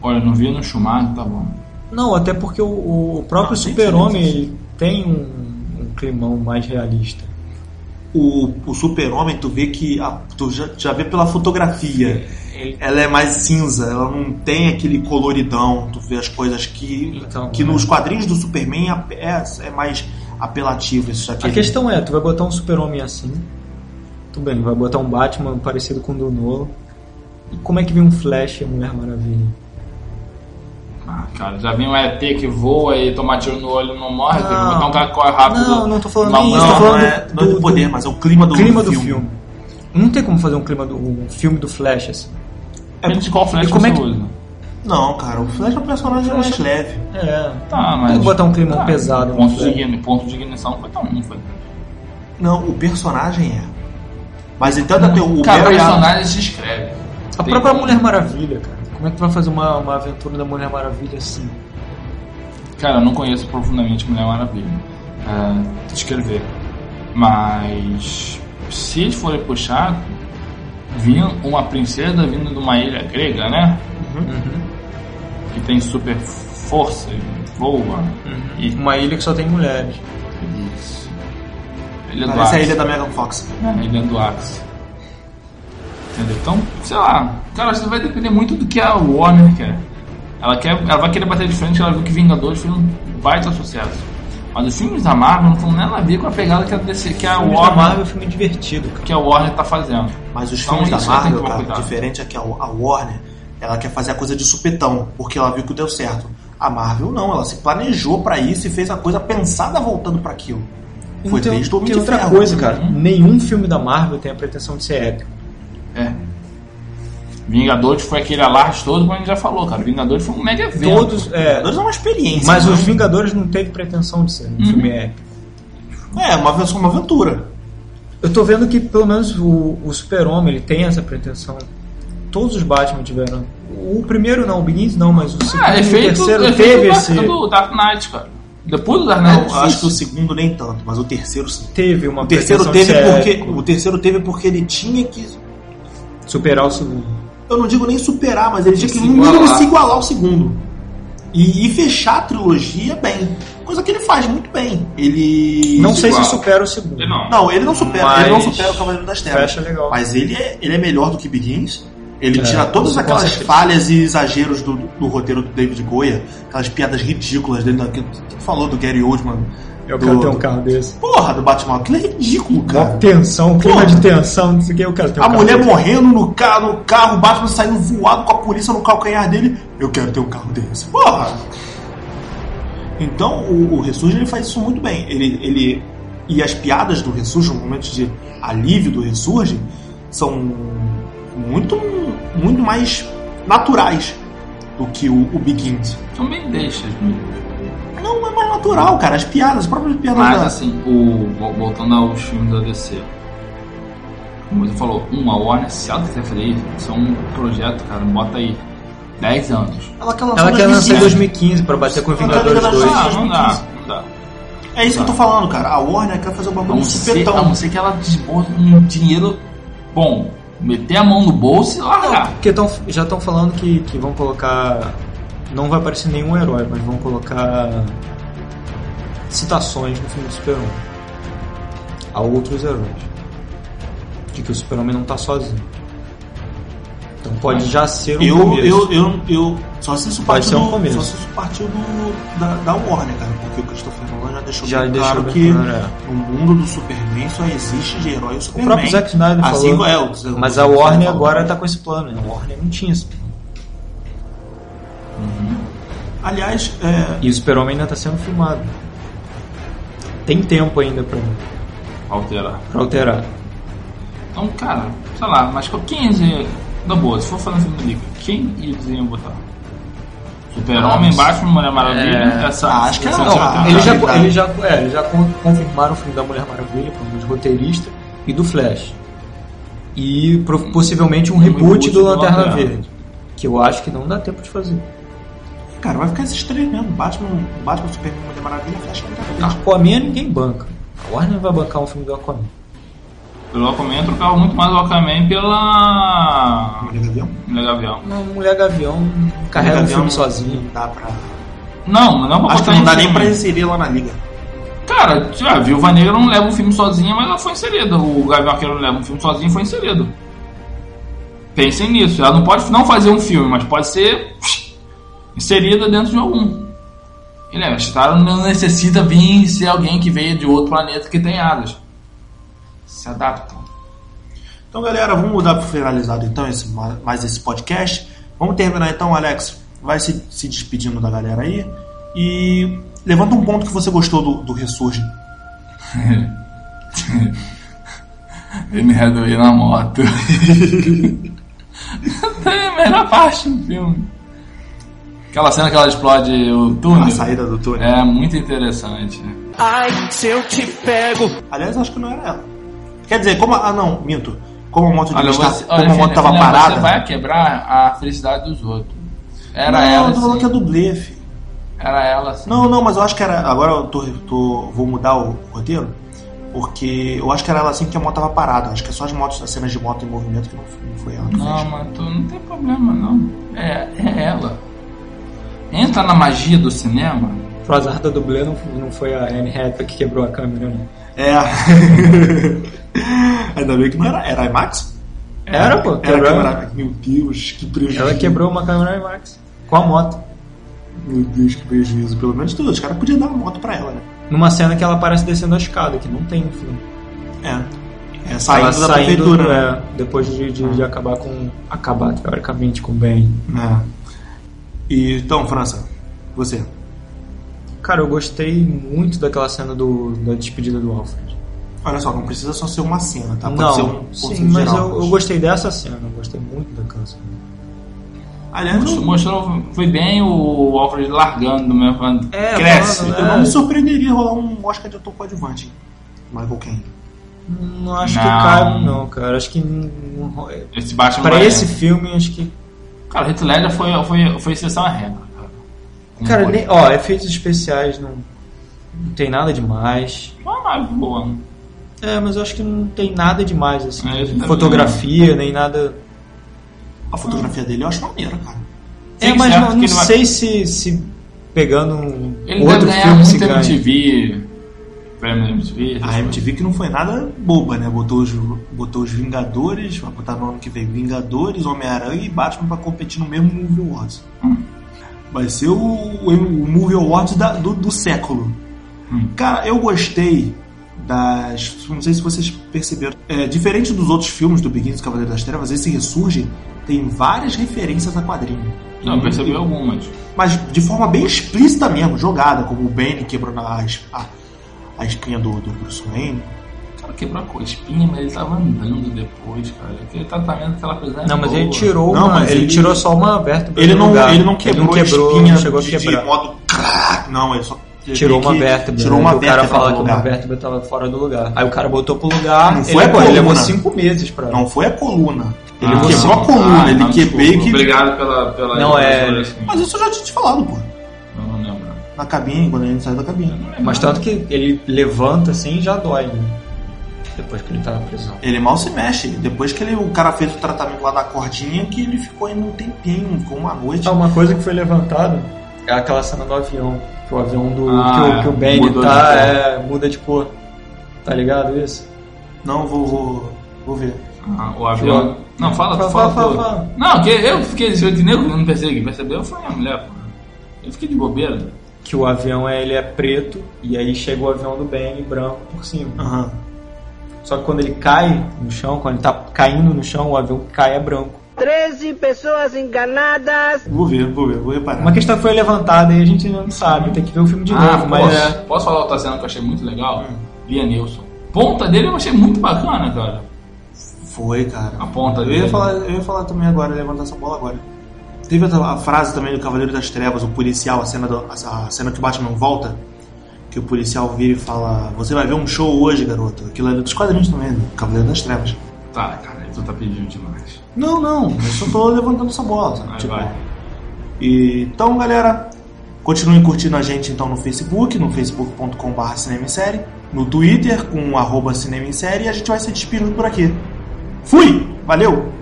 Speaker 2: Olha, não vi no Schumacher, tá bom.
Speaker 3: Não, até porque o, o próprio
Speaker 1: Ah, sim,
Speaker 3: Super-Homem
Speaker 1: sim, sim.
Speaker 3: ele tem um, um climão mais realista.
Speaker 1: O, o Super-Homem, tu vê que. a- tu já, já vê pela fotografia. Ela é mais cinza, ela não tem aquele coloridão. Tu vê as coisas que.
Speaker 3: Então,
Speaker 1: que
Speaker 3: né?
Speaker 1: nos quadrinhos do Superman é, é- é mais apelativo isso aqui.
Speaker 3: A questão é, tu vai botar um super-homem assim, tudo bem, vai botar um Batman parecido com o do Nolan, e como é que vem um Flash e a Mulher Maravilha?
Speaker 2: Ah, cara, já vem um ET que voa e toma tiro no olho e não morre, tem que botar um cara que corre rápido.
Speaker 3: Não, não tô falando
Speaker 2: Não,
Speaker 3: nem
Speaker 1: Não,
Speaker 3: isso, tô
Speaker 1: não,
Speaker 3: falando
Speaker 1: é,
Speaker 3: do-
Speaker 1: não é do
Speaker 3: do-
Speaker 1: poder, mas é o clima do
Speaker 3: O clima do filme. Não tem como fazer um clima do um filme do Flash assim.
Speaker 2: É de qual flash
Speaker 3: E como
Speaker 2: você
Speaker 3: é que-
Speaker 2: usa.
Speaker 1: Não, cara, o Flash é um personagem mais leve.
Speaker 3: É.
Speaker 2: Tá, mas.
Speaker 3: Tem que botar um clima pesado. né?
Speaker 2: Ponto
Speaker 3: no
Speaker 2: de,
Speaker 3: Flash.
Speaker 2: igni- ponto de ignição foi tão ruim, foi.
Speaker 1: Não, o personagem é. Mas então até o
Speaker 2: Cara,
Speaker 1: Barry
Speaker 2: o
Speaker 1: Allen-
Speaker 2: personagem se escreve.
Speaker 3: A
Speaker 2: Tem
Speaker 3: própria
Speaker 2: como-
Speaker 3: Mulher Maravilha, cara. Como é que tu vai fazer uma, uma aventura da Mulher Maravilha assim?
Speaker 2: Cara, eu não conheço profundamente Mulher Maravilha. é, escrever. Mas se eles forem puxar, vinha uma princesa vindo de uma ilha grega, né? Que tem super força e voa. E
Speaker 3: Uma ilha que só tem mulheres.
Speaker 2: isso. Ilha do
Speaker 1: Parece é a
Speaker 2: Axis.
Speaker 1: ilha da Megan Fox.
Speaker 2: né, Ilha do Axis. Entendeu? Então, sei lá. Cara, isso vai depender muito do que a Warner quer. Ela, quer, ela vai querer bater de frente, ela viu que Vingadores foi um baita sucesso. Mas os filmes da Marvel não estão nada a ver com a pegada que a, DC, que a,
Speaker 3: O filme da Marvel é
Speaker 2: Warner,
Speaker 3: um filme divertido, cara.
Speaker 2: que a Warner tá fazendo.
Speaker 1: Mas os
Speaker 2: Então,
Speaker 1: filmes da
Speaker 2: isso ela tem que
Speaker 1: Marvel,
Speaker 2: tomar
Speaker 1: cara,
Speaker 2: cuidado.
Speaker 1: diferente é que a a Warner, ela quer fazer a coisa de supetão, porque ela viu que deu certo. A Marvel não, ela se planejou pra isso e fez a coisa pensada voltando pra aquilo. Foi
Speaker 3: Então,
Speaker 1: desde o Homem
Speaker 3: tem
Speaker 1: de
Speaker 3: outra
Speaker 1: Ferro.
Speaker 3: coisa, cara. Nenhum filme da Marvel tem a pretensão de ser épico.
Speaker 2: É. Vingadores foi aquele alarde todo, como a gente já falou, cara. Vingadores foi um mega evento.
Speaker 3: Todos, é,
Speaker 1: Vingadores é uma experiência.
Speaker 3: mas
Speaker 1: né?
Speaker 3: os Vingadores não teve pretensão de ser um filme épico.
Speaker 1: É, uma, aventura- uma aventura.
Speaker 3: Eu tô vendo que pelo menos o, o Super-Homem ele tem essa pretensão. Todos os Batman tiveram. O primeiro não, o Begins não, mas o segundo
Speaker 2: Ah,
Speaker 3: e o
Speaker 2: efeito,
Speaker 3: terceiro
Speaker 2: efeito
Speaker 3: teve
Speaker 2: do,
Speaker 3: esse
Speaker 2: do Dark Knight, cara. Depois do Dark
Speaker 1: Não,
Speaker 2: Knight,
Speaker 1: acho que o segundo nem tanto, mas o terceiro sim.
Speaker 3: teve uma
Speaker 1: O terceiro
Speaker 3: pretensão
Speaker 1: teve
Speaker 3: de ser
Speaker 1: porque.
Speaker 3: épico.
Speaker 1: O terceiro teve porque ele tinha que.
Speaker 3: superar o segundo.
Speaker 1: Eu não digo nem superar, mas ele tinha que
Speaker 2: Se
Speaker 1: no mínimo
Speaker 2: igualar.
Speaker 1: se igualar ao segundo. E, e fechar a trilogia bem. Coisa que ele faz muito bem. Ele.
Speaker 3: Não sei se
Speaker 2: igual.
Speaker 3: supera o segundo.
Speaker 2: Ele não.
Speaker 1: Não, ele não supera,
Speaker 3: Mas-
Speaker 1: ele não supera o Cavaleiro das Trevas.
Speaker 3: Fecha legal.
Speaker 1: Mas ele é, ele é melhor do que Begins. Ele
Speaker 3: É,
Speaker 1: tira todas
Speaker 3: com
Speaker 1: aquelas
Speaker 3: certeza.
Speaker 1: falhas e exageros do, do roteiro do David Goya, aquelas piadas ridículas dele, que tu falou do Gary Oldman.
Speaker 3: Eu
Speaker 1: do-
Speaker 3: quero ter um
Speaker 1: do-
Speaker 3: carro desse.
Speaker 1: Porra, do Batman, aquilo é ridículo,
Speaker 3: Uma
Speaker 1: cara.
Speaker 3: tensão, um clima
Speaker 1: Porra.
Speaker 3: de tensão, não sei o que, eu quero ter um
Speaker 1: A
Speaker 3: carro
Speaker 1: mulher
Speaker 3: desse.
Speaker 1: morrendo no carro, no carro, o Batman saindo voado com a polícia no calcanhar dele. Eu quero ter um carro desse. Porra! Então o, o Ressurge ele faz isso muito bem. Ele, ele e as piadas do Ressurge, os momentos de alívio do Ressurge, são muito muito mais naturais do que o, o Begins.
Speaker 2: também deixa.
Speaker 1: Não é mais natural, cara. As piadas, as próprias piadas.
Speaker 2: Mas
Speaker 1: da-
Speaker 2: assim, o, vo- voltando aos filmes da DC. Como você falou, um uma Warner, se ela quiser é fazer isso, isso é um projeto, cara, bota aí 10 anos.
Speaker 1: Ela quer lançar
Speaker 3: Ela quer lançar em
Speaker 1: dois mil e
Speaker 3: 2015 pra bater com o
Speaker 1: Ela quer
Speaker 3: Vingadores
Speaker 1: lançar-
Speaker 3: 2.
Speaker 2: Ah, não dá, não dá.
Speaker 1: quinze. É isso que eu tô
Speaker 3: Tá.
Speaker 1: falando, cara. A Warner quer fazer o
Speaker 2: A
Speaker 1: bagulho
Speaker 2: não, ser, a
Speaker 1: supetão.
Speaker 3: um
Speaker 2: não ser que ela desbolse um dinheiro bom. Meter a mão no bolso e largar.
Speaker 3: Porque tão, já estão falando que, que vão colocar. Não vai aparecer nenhum herói, mas vão colocar citações no filme do Super-Homem. A outros heróis. De que o Super-Homem não tá sozinho. Então pode já ser um
Speaker 1: Eu,
Speaker 3: começo.
Speaker 1: eu, eu, eu. Só se isso
Speaker 3: Pode
Speaker 1: partiu,
Speaker 3: ser um
Speaker 1: do-
Speaker 3: começo.
Speaker 1: Só se isso partiu do, da, da Warner, cara. Porque o Christopher Nolan já deixou
Speaker 3: Já
Speaker 1: bem
Speaker 3: deixou
Speaker 1: claro
Speaker 3: bem
Speaker 1: que
Speaker 3: claro, é.
Speaker 1: no mundo do Superman só existe de herói o
Speaker 3: o
Speaker 1: Superman.
Speaker 3: próprio Zack Snyder
Speaker 1: assim,
Speaker 3: falou. né?
Speaker 1: é, o- o-
Speaker 3: mas a
Speaker 1: o-
Speaker 3: Warner
Speaker 1: falou.
Speaker 3: agora tá com esse plano. né? A Warner não tinha esse plano.
Speaker 1: Aliás, é,
Speaker 3: E o Super-Homem ainda tá sendo filmado. Tem tempo ainda pra,
Speaker 2: Alterar.
Speaker 3: pra alterar.
Speaker 2: Então, cara, sei lá, mas quem eles iam. Na boa, se for falar filme do livro, quem eles iam botar? Super-Homem, Batman, Mulher Maravilha, essa.
Speaker 1: É. Ah, acho que
Speaker 2: essa
Speaker 1: não,
Speaker 2: outra
Speaker 1: ah,
Speaker 2: temporada.
Speaker 3: Eles já,
Speaker 1: Tá.
Speaker 3: eles já, é, eles já con- confirmaram o filme da Mulher Maravilha, pelo menos roteirista, e do Flash. E pro- possivelmente um, reboot,
Speaker 2: reboot
Speaker 3: do
Speaker 2: do
Speaker 3: Lanterna
Speaker 2: Lanterna.
Speaker 3: Verde. Que eu acho que não dá tempo de fazer.
Speaker 1: cara, vai ficar esses três mesmo. Batman, Batman Superman, Mulher Maravilha, Flash
Speaker 3: Tá.
Speaker 1: Lanterna Verde.
Speaker 3: Aquaman ninguém banca. A Warner vai bancar um filme do Aquaman.
Speaker 2: Pelo Aquaman, eu trocava muito mais o Aquaman pela.
Speaker 1: Mulher Gavião.
Speaker 2: Mulher Gavião.
Speaker 3: Uma Mulher Gavião carrega
Speaker 1: Mulher
Speaker 3: o
Speaker 1: Gavião
Speaker 3: filme
Speaker 1: não-
Speaker 3: sozinho.
Speaker 1: Não dá pra...
Speaker 2: Não, mas não pra
Speaker 1: Acho que
Speaker 2: botar
Speaker 1: não
Speaker 2: em
Speaker 1: dá nem
Speaker 2: filme.
Speaker 1: pra inserir lá na liga.
Speaker 2: Cara, já, Viúva Negra não leva um filme sozinha, mas ela foi inserida. O Gavião Arqueiro não leva um filme sozinho e foi inserido. Pensem nisso. Ela não pode não fazer um filme, mas pode ser inserida dentro de algum. E né, Star não necessita vir ser alguém que veio de outro planeta que tem asas. Se adaptam.
Speaker 1: Então, galera, vamos mudar para finalizado então esse, mais esse podcast. Vamos terminar então, Alex. Vai se, se despedindo da galera aí. E levanta um ponto que você gostou do, do Ressurge.
Speaker 2: Ele me redoí na moto. (laughs) é a melhor parte do filme. Aquela cena que ela explode o túnel.
Speaker 1: A saída do túnel.
Speaker 2: É muito interessante. É.
Speaker 1: Aliás, acho que não era ela. Quer dizer, como. A, ah, não, minto. Como a moto de
Speaker 2: Olha,
Speaker 1: Gustavo-
Speaker 2: você,
Speaker 1: como a
Speaker 2: olha,
Speaker 1: moto
Speaker 2: filha,
Speaker 1: estava
Speaker 2: filha,
Speaker 1: parada.
Speaker 2: você vai quebrar a felicidade dos outros. Era
Speaker 1: não,
Speaker 2: ela.
Speaker 1: eu tô falando
Speaker 2: sim.
Speaker 1: que é dublê, filho.
Speaker 2: Era ela, assim.
Speaker 1: Não, não, mas eu acho que era. Agora eu tô, tô- vou mudar o roteiro, porque eu acho que era ela assim que a moto tava parada. Acho que é só as motos, as cenas de moto em movimento que não, não foi ela. que
Speaker 2: Não,
Speaker 1: fez.
Speaker 2: mas tu não tem problema, não. É, é ela. Entra na magia do cinema.
Speaker 3: Pro azar da dublê não, não foi a Anne Hathaway que quebrou a câmera, né?
Speaker 1: É. (laughs) Ainda bem que não era. Era IMAX?
Speaker 3: É, Era, pô.
Speaker 1: Era
Speaker 3: quebrou.
Speaker 1: câmera. Meu Deus, que prejuízo.
Speaker 3: Ela quebrou uma câmera IMAX com a moto.
Speaker 1: Meu Deus, que prejuízo. Pelo menos tudo. Os caras podiam dar uma moto pra ela, né?
Speaker 3: Numa cena que ela aparece descendo a escada, que não tem no filme.
Speaker 1: É. É
Speaker 3: ela
Speaker 1: saindo da prefeitura, né?
Speaker 3: é, depois de, de, de acabar com. Acabar, teoricamente, com o Ben.
Speaker 1: É. E, então, França, você.
Speaker 3: Cara, eu gostei muito daquela cena do, da despedida do Alfred.
Speaker 1: Olha só, não precisa só ser uma cena, tá? Pode
Speaker 3: não,
Speaker 1: ser um
Speaker 3: sim,
Speaker 1: conceito
Speaker 3: mas
Speaker 1: geral.
Speaker 3: eu, eu gostei dessa cena, eu gostei muito daquela cena.
Speaker 1: Aliás,
Speaker 2: Mostrou,
Speaker 1: não,
Speaker 2: mostrou- foi bem o Alfred largando, né? Falando,
Speaker 3: É,
Speaker 2: cresce.
Speaker 3: falando,
Speaker 1: eu não
Speaker 3: É.
Speaker 1: me surpreenderia rolar um Oscar de ator coadjuvante. Michael Caine.
Speaker 3: Não acho que
Speaker 2: Não.
Speaker 3: cabe, não, cara. Acho que. não- não- é-
Speaker 2: Esse Batman
Speaker 3: pra
Speaker 2: vai-
Speaker 3: esse filme, acho que.
Speaker 2: Cara, o Heath Ledger foi, foi, foi exceção à regra. Cara, Com
Speaker 3: Cara,
Speaker 2: o-
Speaker 3: nem, ó, efeitos especiais não, não tem nada demais.
Speaker 2: Uma nave voando.
Speaker 3: É, mas eu acho que não tem nada demais, assim.
Speaker 2: É, eu também.
Speaker 3: fotografia, nem nada.
Speaker 1: A
Speaker 3: Ah.
Speaker 1: fotografia dele eu acho maneira, cara.
Speaker 3: É,
Speaker 2: Sim,
Speaker 3: mas
Speaker 2: certo
Speaker 3: não,
Speaker 2: que
Speaker 3: não
Speaker 2: ele vai-
Speaker 3: sei se, se pegando um
Speaker 2: Ele
Speaker 3: outro
Speaker 2: deve ganhar
Speaker 3: filme se
Speaker 2: muito
Speaker 3: ganha.
Speaker 2: MTV. Prêmio da MTV.
Speaker 1: A MTV que não foi nada boba, né? Botou os, botou os Vingadores, vai botar no ano que vem Vingadores, Homem-Aranha e Batman pra competir no mesmo Movie Awards.
Speaker 2: Hum.
Speaker 1: Vai ser o, o, o Movie Awards da- do, do século.
Speaker 2: Hum.
Speaker 1: Cara, eu gostei das. Não sei se vocês perceberam. É, diferente dos outros filmes do Begins do Cavaleiro das Trevas, esse Ressurge tem várias referências a quadrinho.
Speaker 2: Não, percebi algumas.
Speaker 1: Mas de forma bem explícita mesmo, jogada, como o Bane quebrou na, es- a, a espinha do, do Bruce Wayne.
Speaker 2: O cara quebrou a co- espinha, mas ele tava andando depois, cara. Aquele tratamento que ela fez na
Speaker 3: Não, mas ele
Speaker 2: boa.
Speaker 3: tirou
Speaker 1: Não,
Speaker 3: uma-
Speaker 1: mas
Speaker 3: ele,
Speaker 1: ele-
Speaker 3: tirou só uma vértebra
Speaker 1: Ele
Speaker 3: do
Speaker 1: não,
Speaker 3: lugar.
Speaker 1: ele não quebrou,
Speaker 3: ele não quebrou
Speaker 1: a espinha
Speaker 3: não chegou a
Speaker 1: de, de
Speaker 3: quebrar.
Speaker 1: modo crack. Não, ele só
Speaker 3: Tirou
Speaker 1: ele
Speaker 3: uma
Speaker 1: que-
Speaker 3: vértebra.
Speaker 1: Tirou
Speaker 3: né?
Speaker 1: uma
Speaker 3: o cara
Speaker 1: vértebra
Speaker 3: fala
Speaker 1: do
Speaker 3: que
Speaker 1: lugar.
Speaker 3: uma vértebra tava fora do lugar. Aí o cara botou pro lugar.
Speaker 1: Não
Speaker 3: ele,
Speaker 1: foi a
Speaker 3: pô, ele levou
Speaker 1: coluna.
Speaker 3: cinco meses pra.
Speaker 1: Não foi a coluna. Ele
Speaker 2: Ah,
Speaker 1: quebrou
Speaker 2: sim.
Speaker 1: a coluna,
Speaker 2: Ah,
Speaker 1: ele
Speaker 2: não,
Speaker 1: quebrei
Speaker 2: desculpa.
Speaker 1: que.
Speaker 2: Obrigado pela. pela assim.
Speaker 3: Não, é-
Speaker 1: Mas isso eu já tinha te falado, pô.
Speaker 2: Eu não lembro.
Speaker 1: Na cabine, quando ele saiu da cabine.
Speaker 3: Mas tanto que ele levanta assim e já dói, né? Depois que ele tá na prisão.
Speaker 1: Ele mal se mexe. Depois que ele, o cara fez o tratamento lá da cordinha, que ele ficou ainda um tempinho, ficou uma noite.
Speaker 3: Ah, uma coisa que foi levantada é aquela cena do avião. Que o avião do.
Speaker 2: Ah,
Speaker 3: que, o, que o Bane
Speaker 2: mudou de
Speaker 3: tá.
Speaker 2: cor.
Speaker 3: é, muda de cor. Tá ligado isso?
Speaker 1: Não, vou, vou, vou ver.
Speaker 2: Ah, o avião. Não, fala,
Speaker 3: Fala,
Speaker 2: fala,
Speaker 3: fala,
Speaker 2: fala,
Speaker 3: fala,
Speaker 2: tu.
Speaker 3: fala.
Speaker 2: Não, que eu fiquei eu que nem eu não percebi que percebeu, foi a mulher, pô. Eu fiquei de bobeira.
Speaker 3: Que o avião é, ele é preto e aí chega o avião do Bane branco por cima.
Speaker 1: Aham.
Speaker 3: Só que quando ele cai no chão, quando ele tá caindo no chão, o avião que cai é branco.
Speaker 4: 13 pessoas enganadas.
Speaker 1: Vou ver, vou ver, vou reparar.
Speaker 3: Uma questão que foi levantada e a gente não sabe, tem que ver o filme de
Speaker 1: Ah,
Speaker 3: novo, mas
Speaker 2: Ah, posso,
Speaker 3: é.
Speaker 2: posso falar outra cena que eu achei muito legal? Lia Nilson. Ponta dele eu achei muito bacana, cara.
Speaker 1: Foi, cara.
Speaker 2: A ponta
Speaker 1: eu
Speaker 2: dele.
Speaker 1: ia falar Eu ia falar também agora, levantar essa bola agora. Teve a, a frase também do Cavaleiro das Trevas, o policial, a cena, do- a, a cena que o Batman volta, que o policial vira e fala: Você vai ver um show hoje, garoto. Aquilo ali dos quadrinhos também, do Cavaleiro das Trevas.
Speaker 2: Tá, cara, tu tá pedindo demais.
Speaker 1: Não, não, eu só tô levantando essa bola. sabe?
Speaker 2: Vai,
Speaker 1: Tipo,
Speaker 2: vai.
Speaker 1: e- então, galera, continuem curtindo a gente então no Facebook, no facebook.com.br Cinema em Série, no Twitter com arroba Cinema em Série e a gente vai se despedindo por aqui. Fui! Valeu!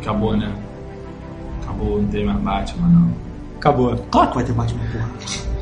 Speaker 2: Acabou, né? Acabou, não tem mais Batman, não.
Speaker 3: é, acabou.
Speaker 1: Claro que vai ter Batman, porra.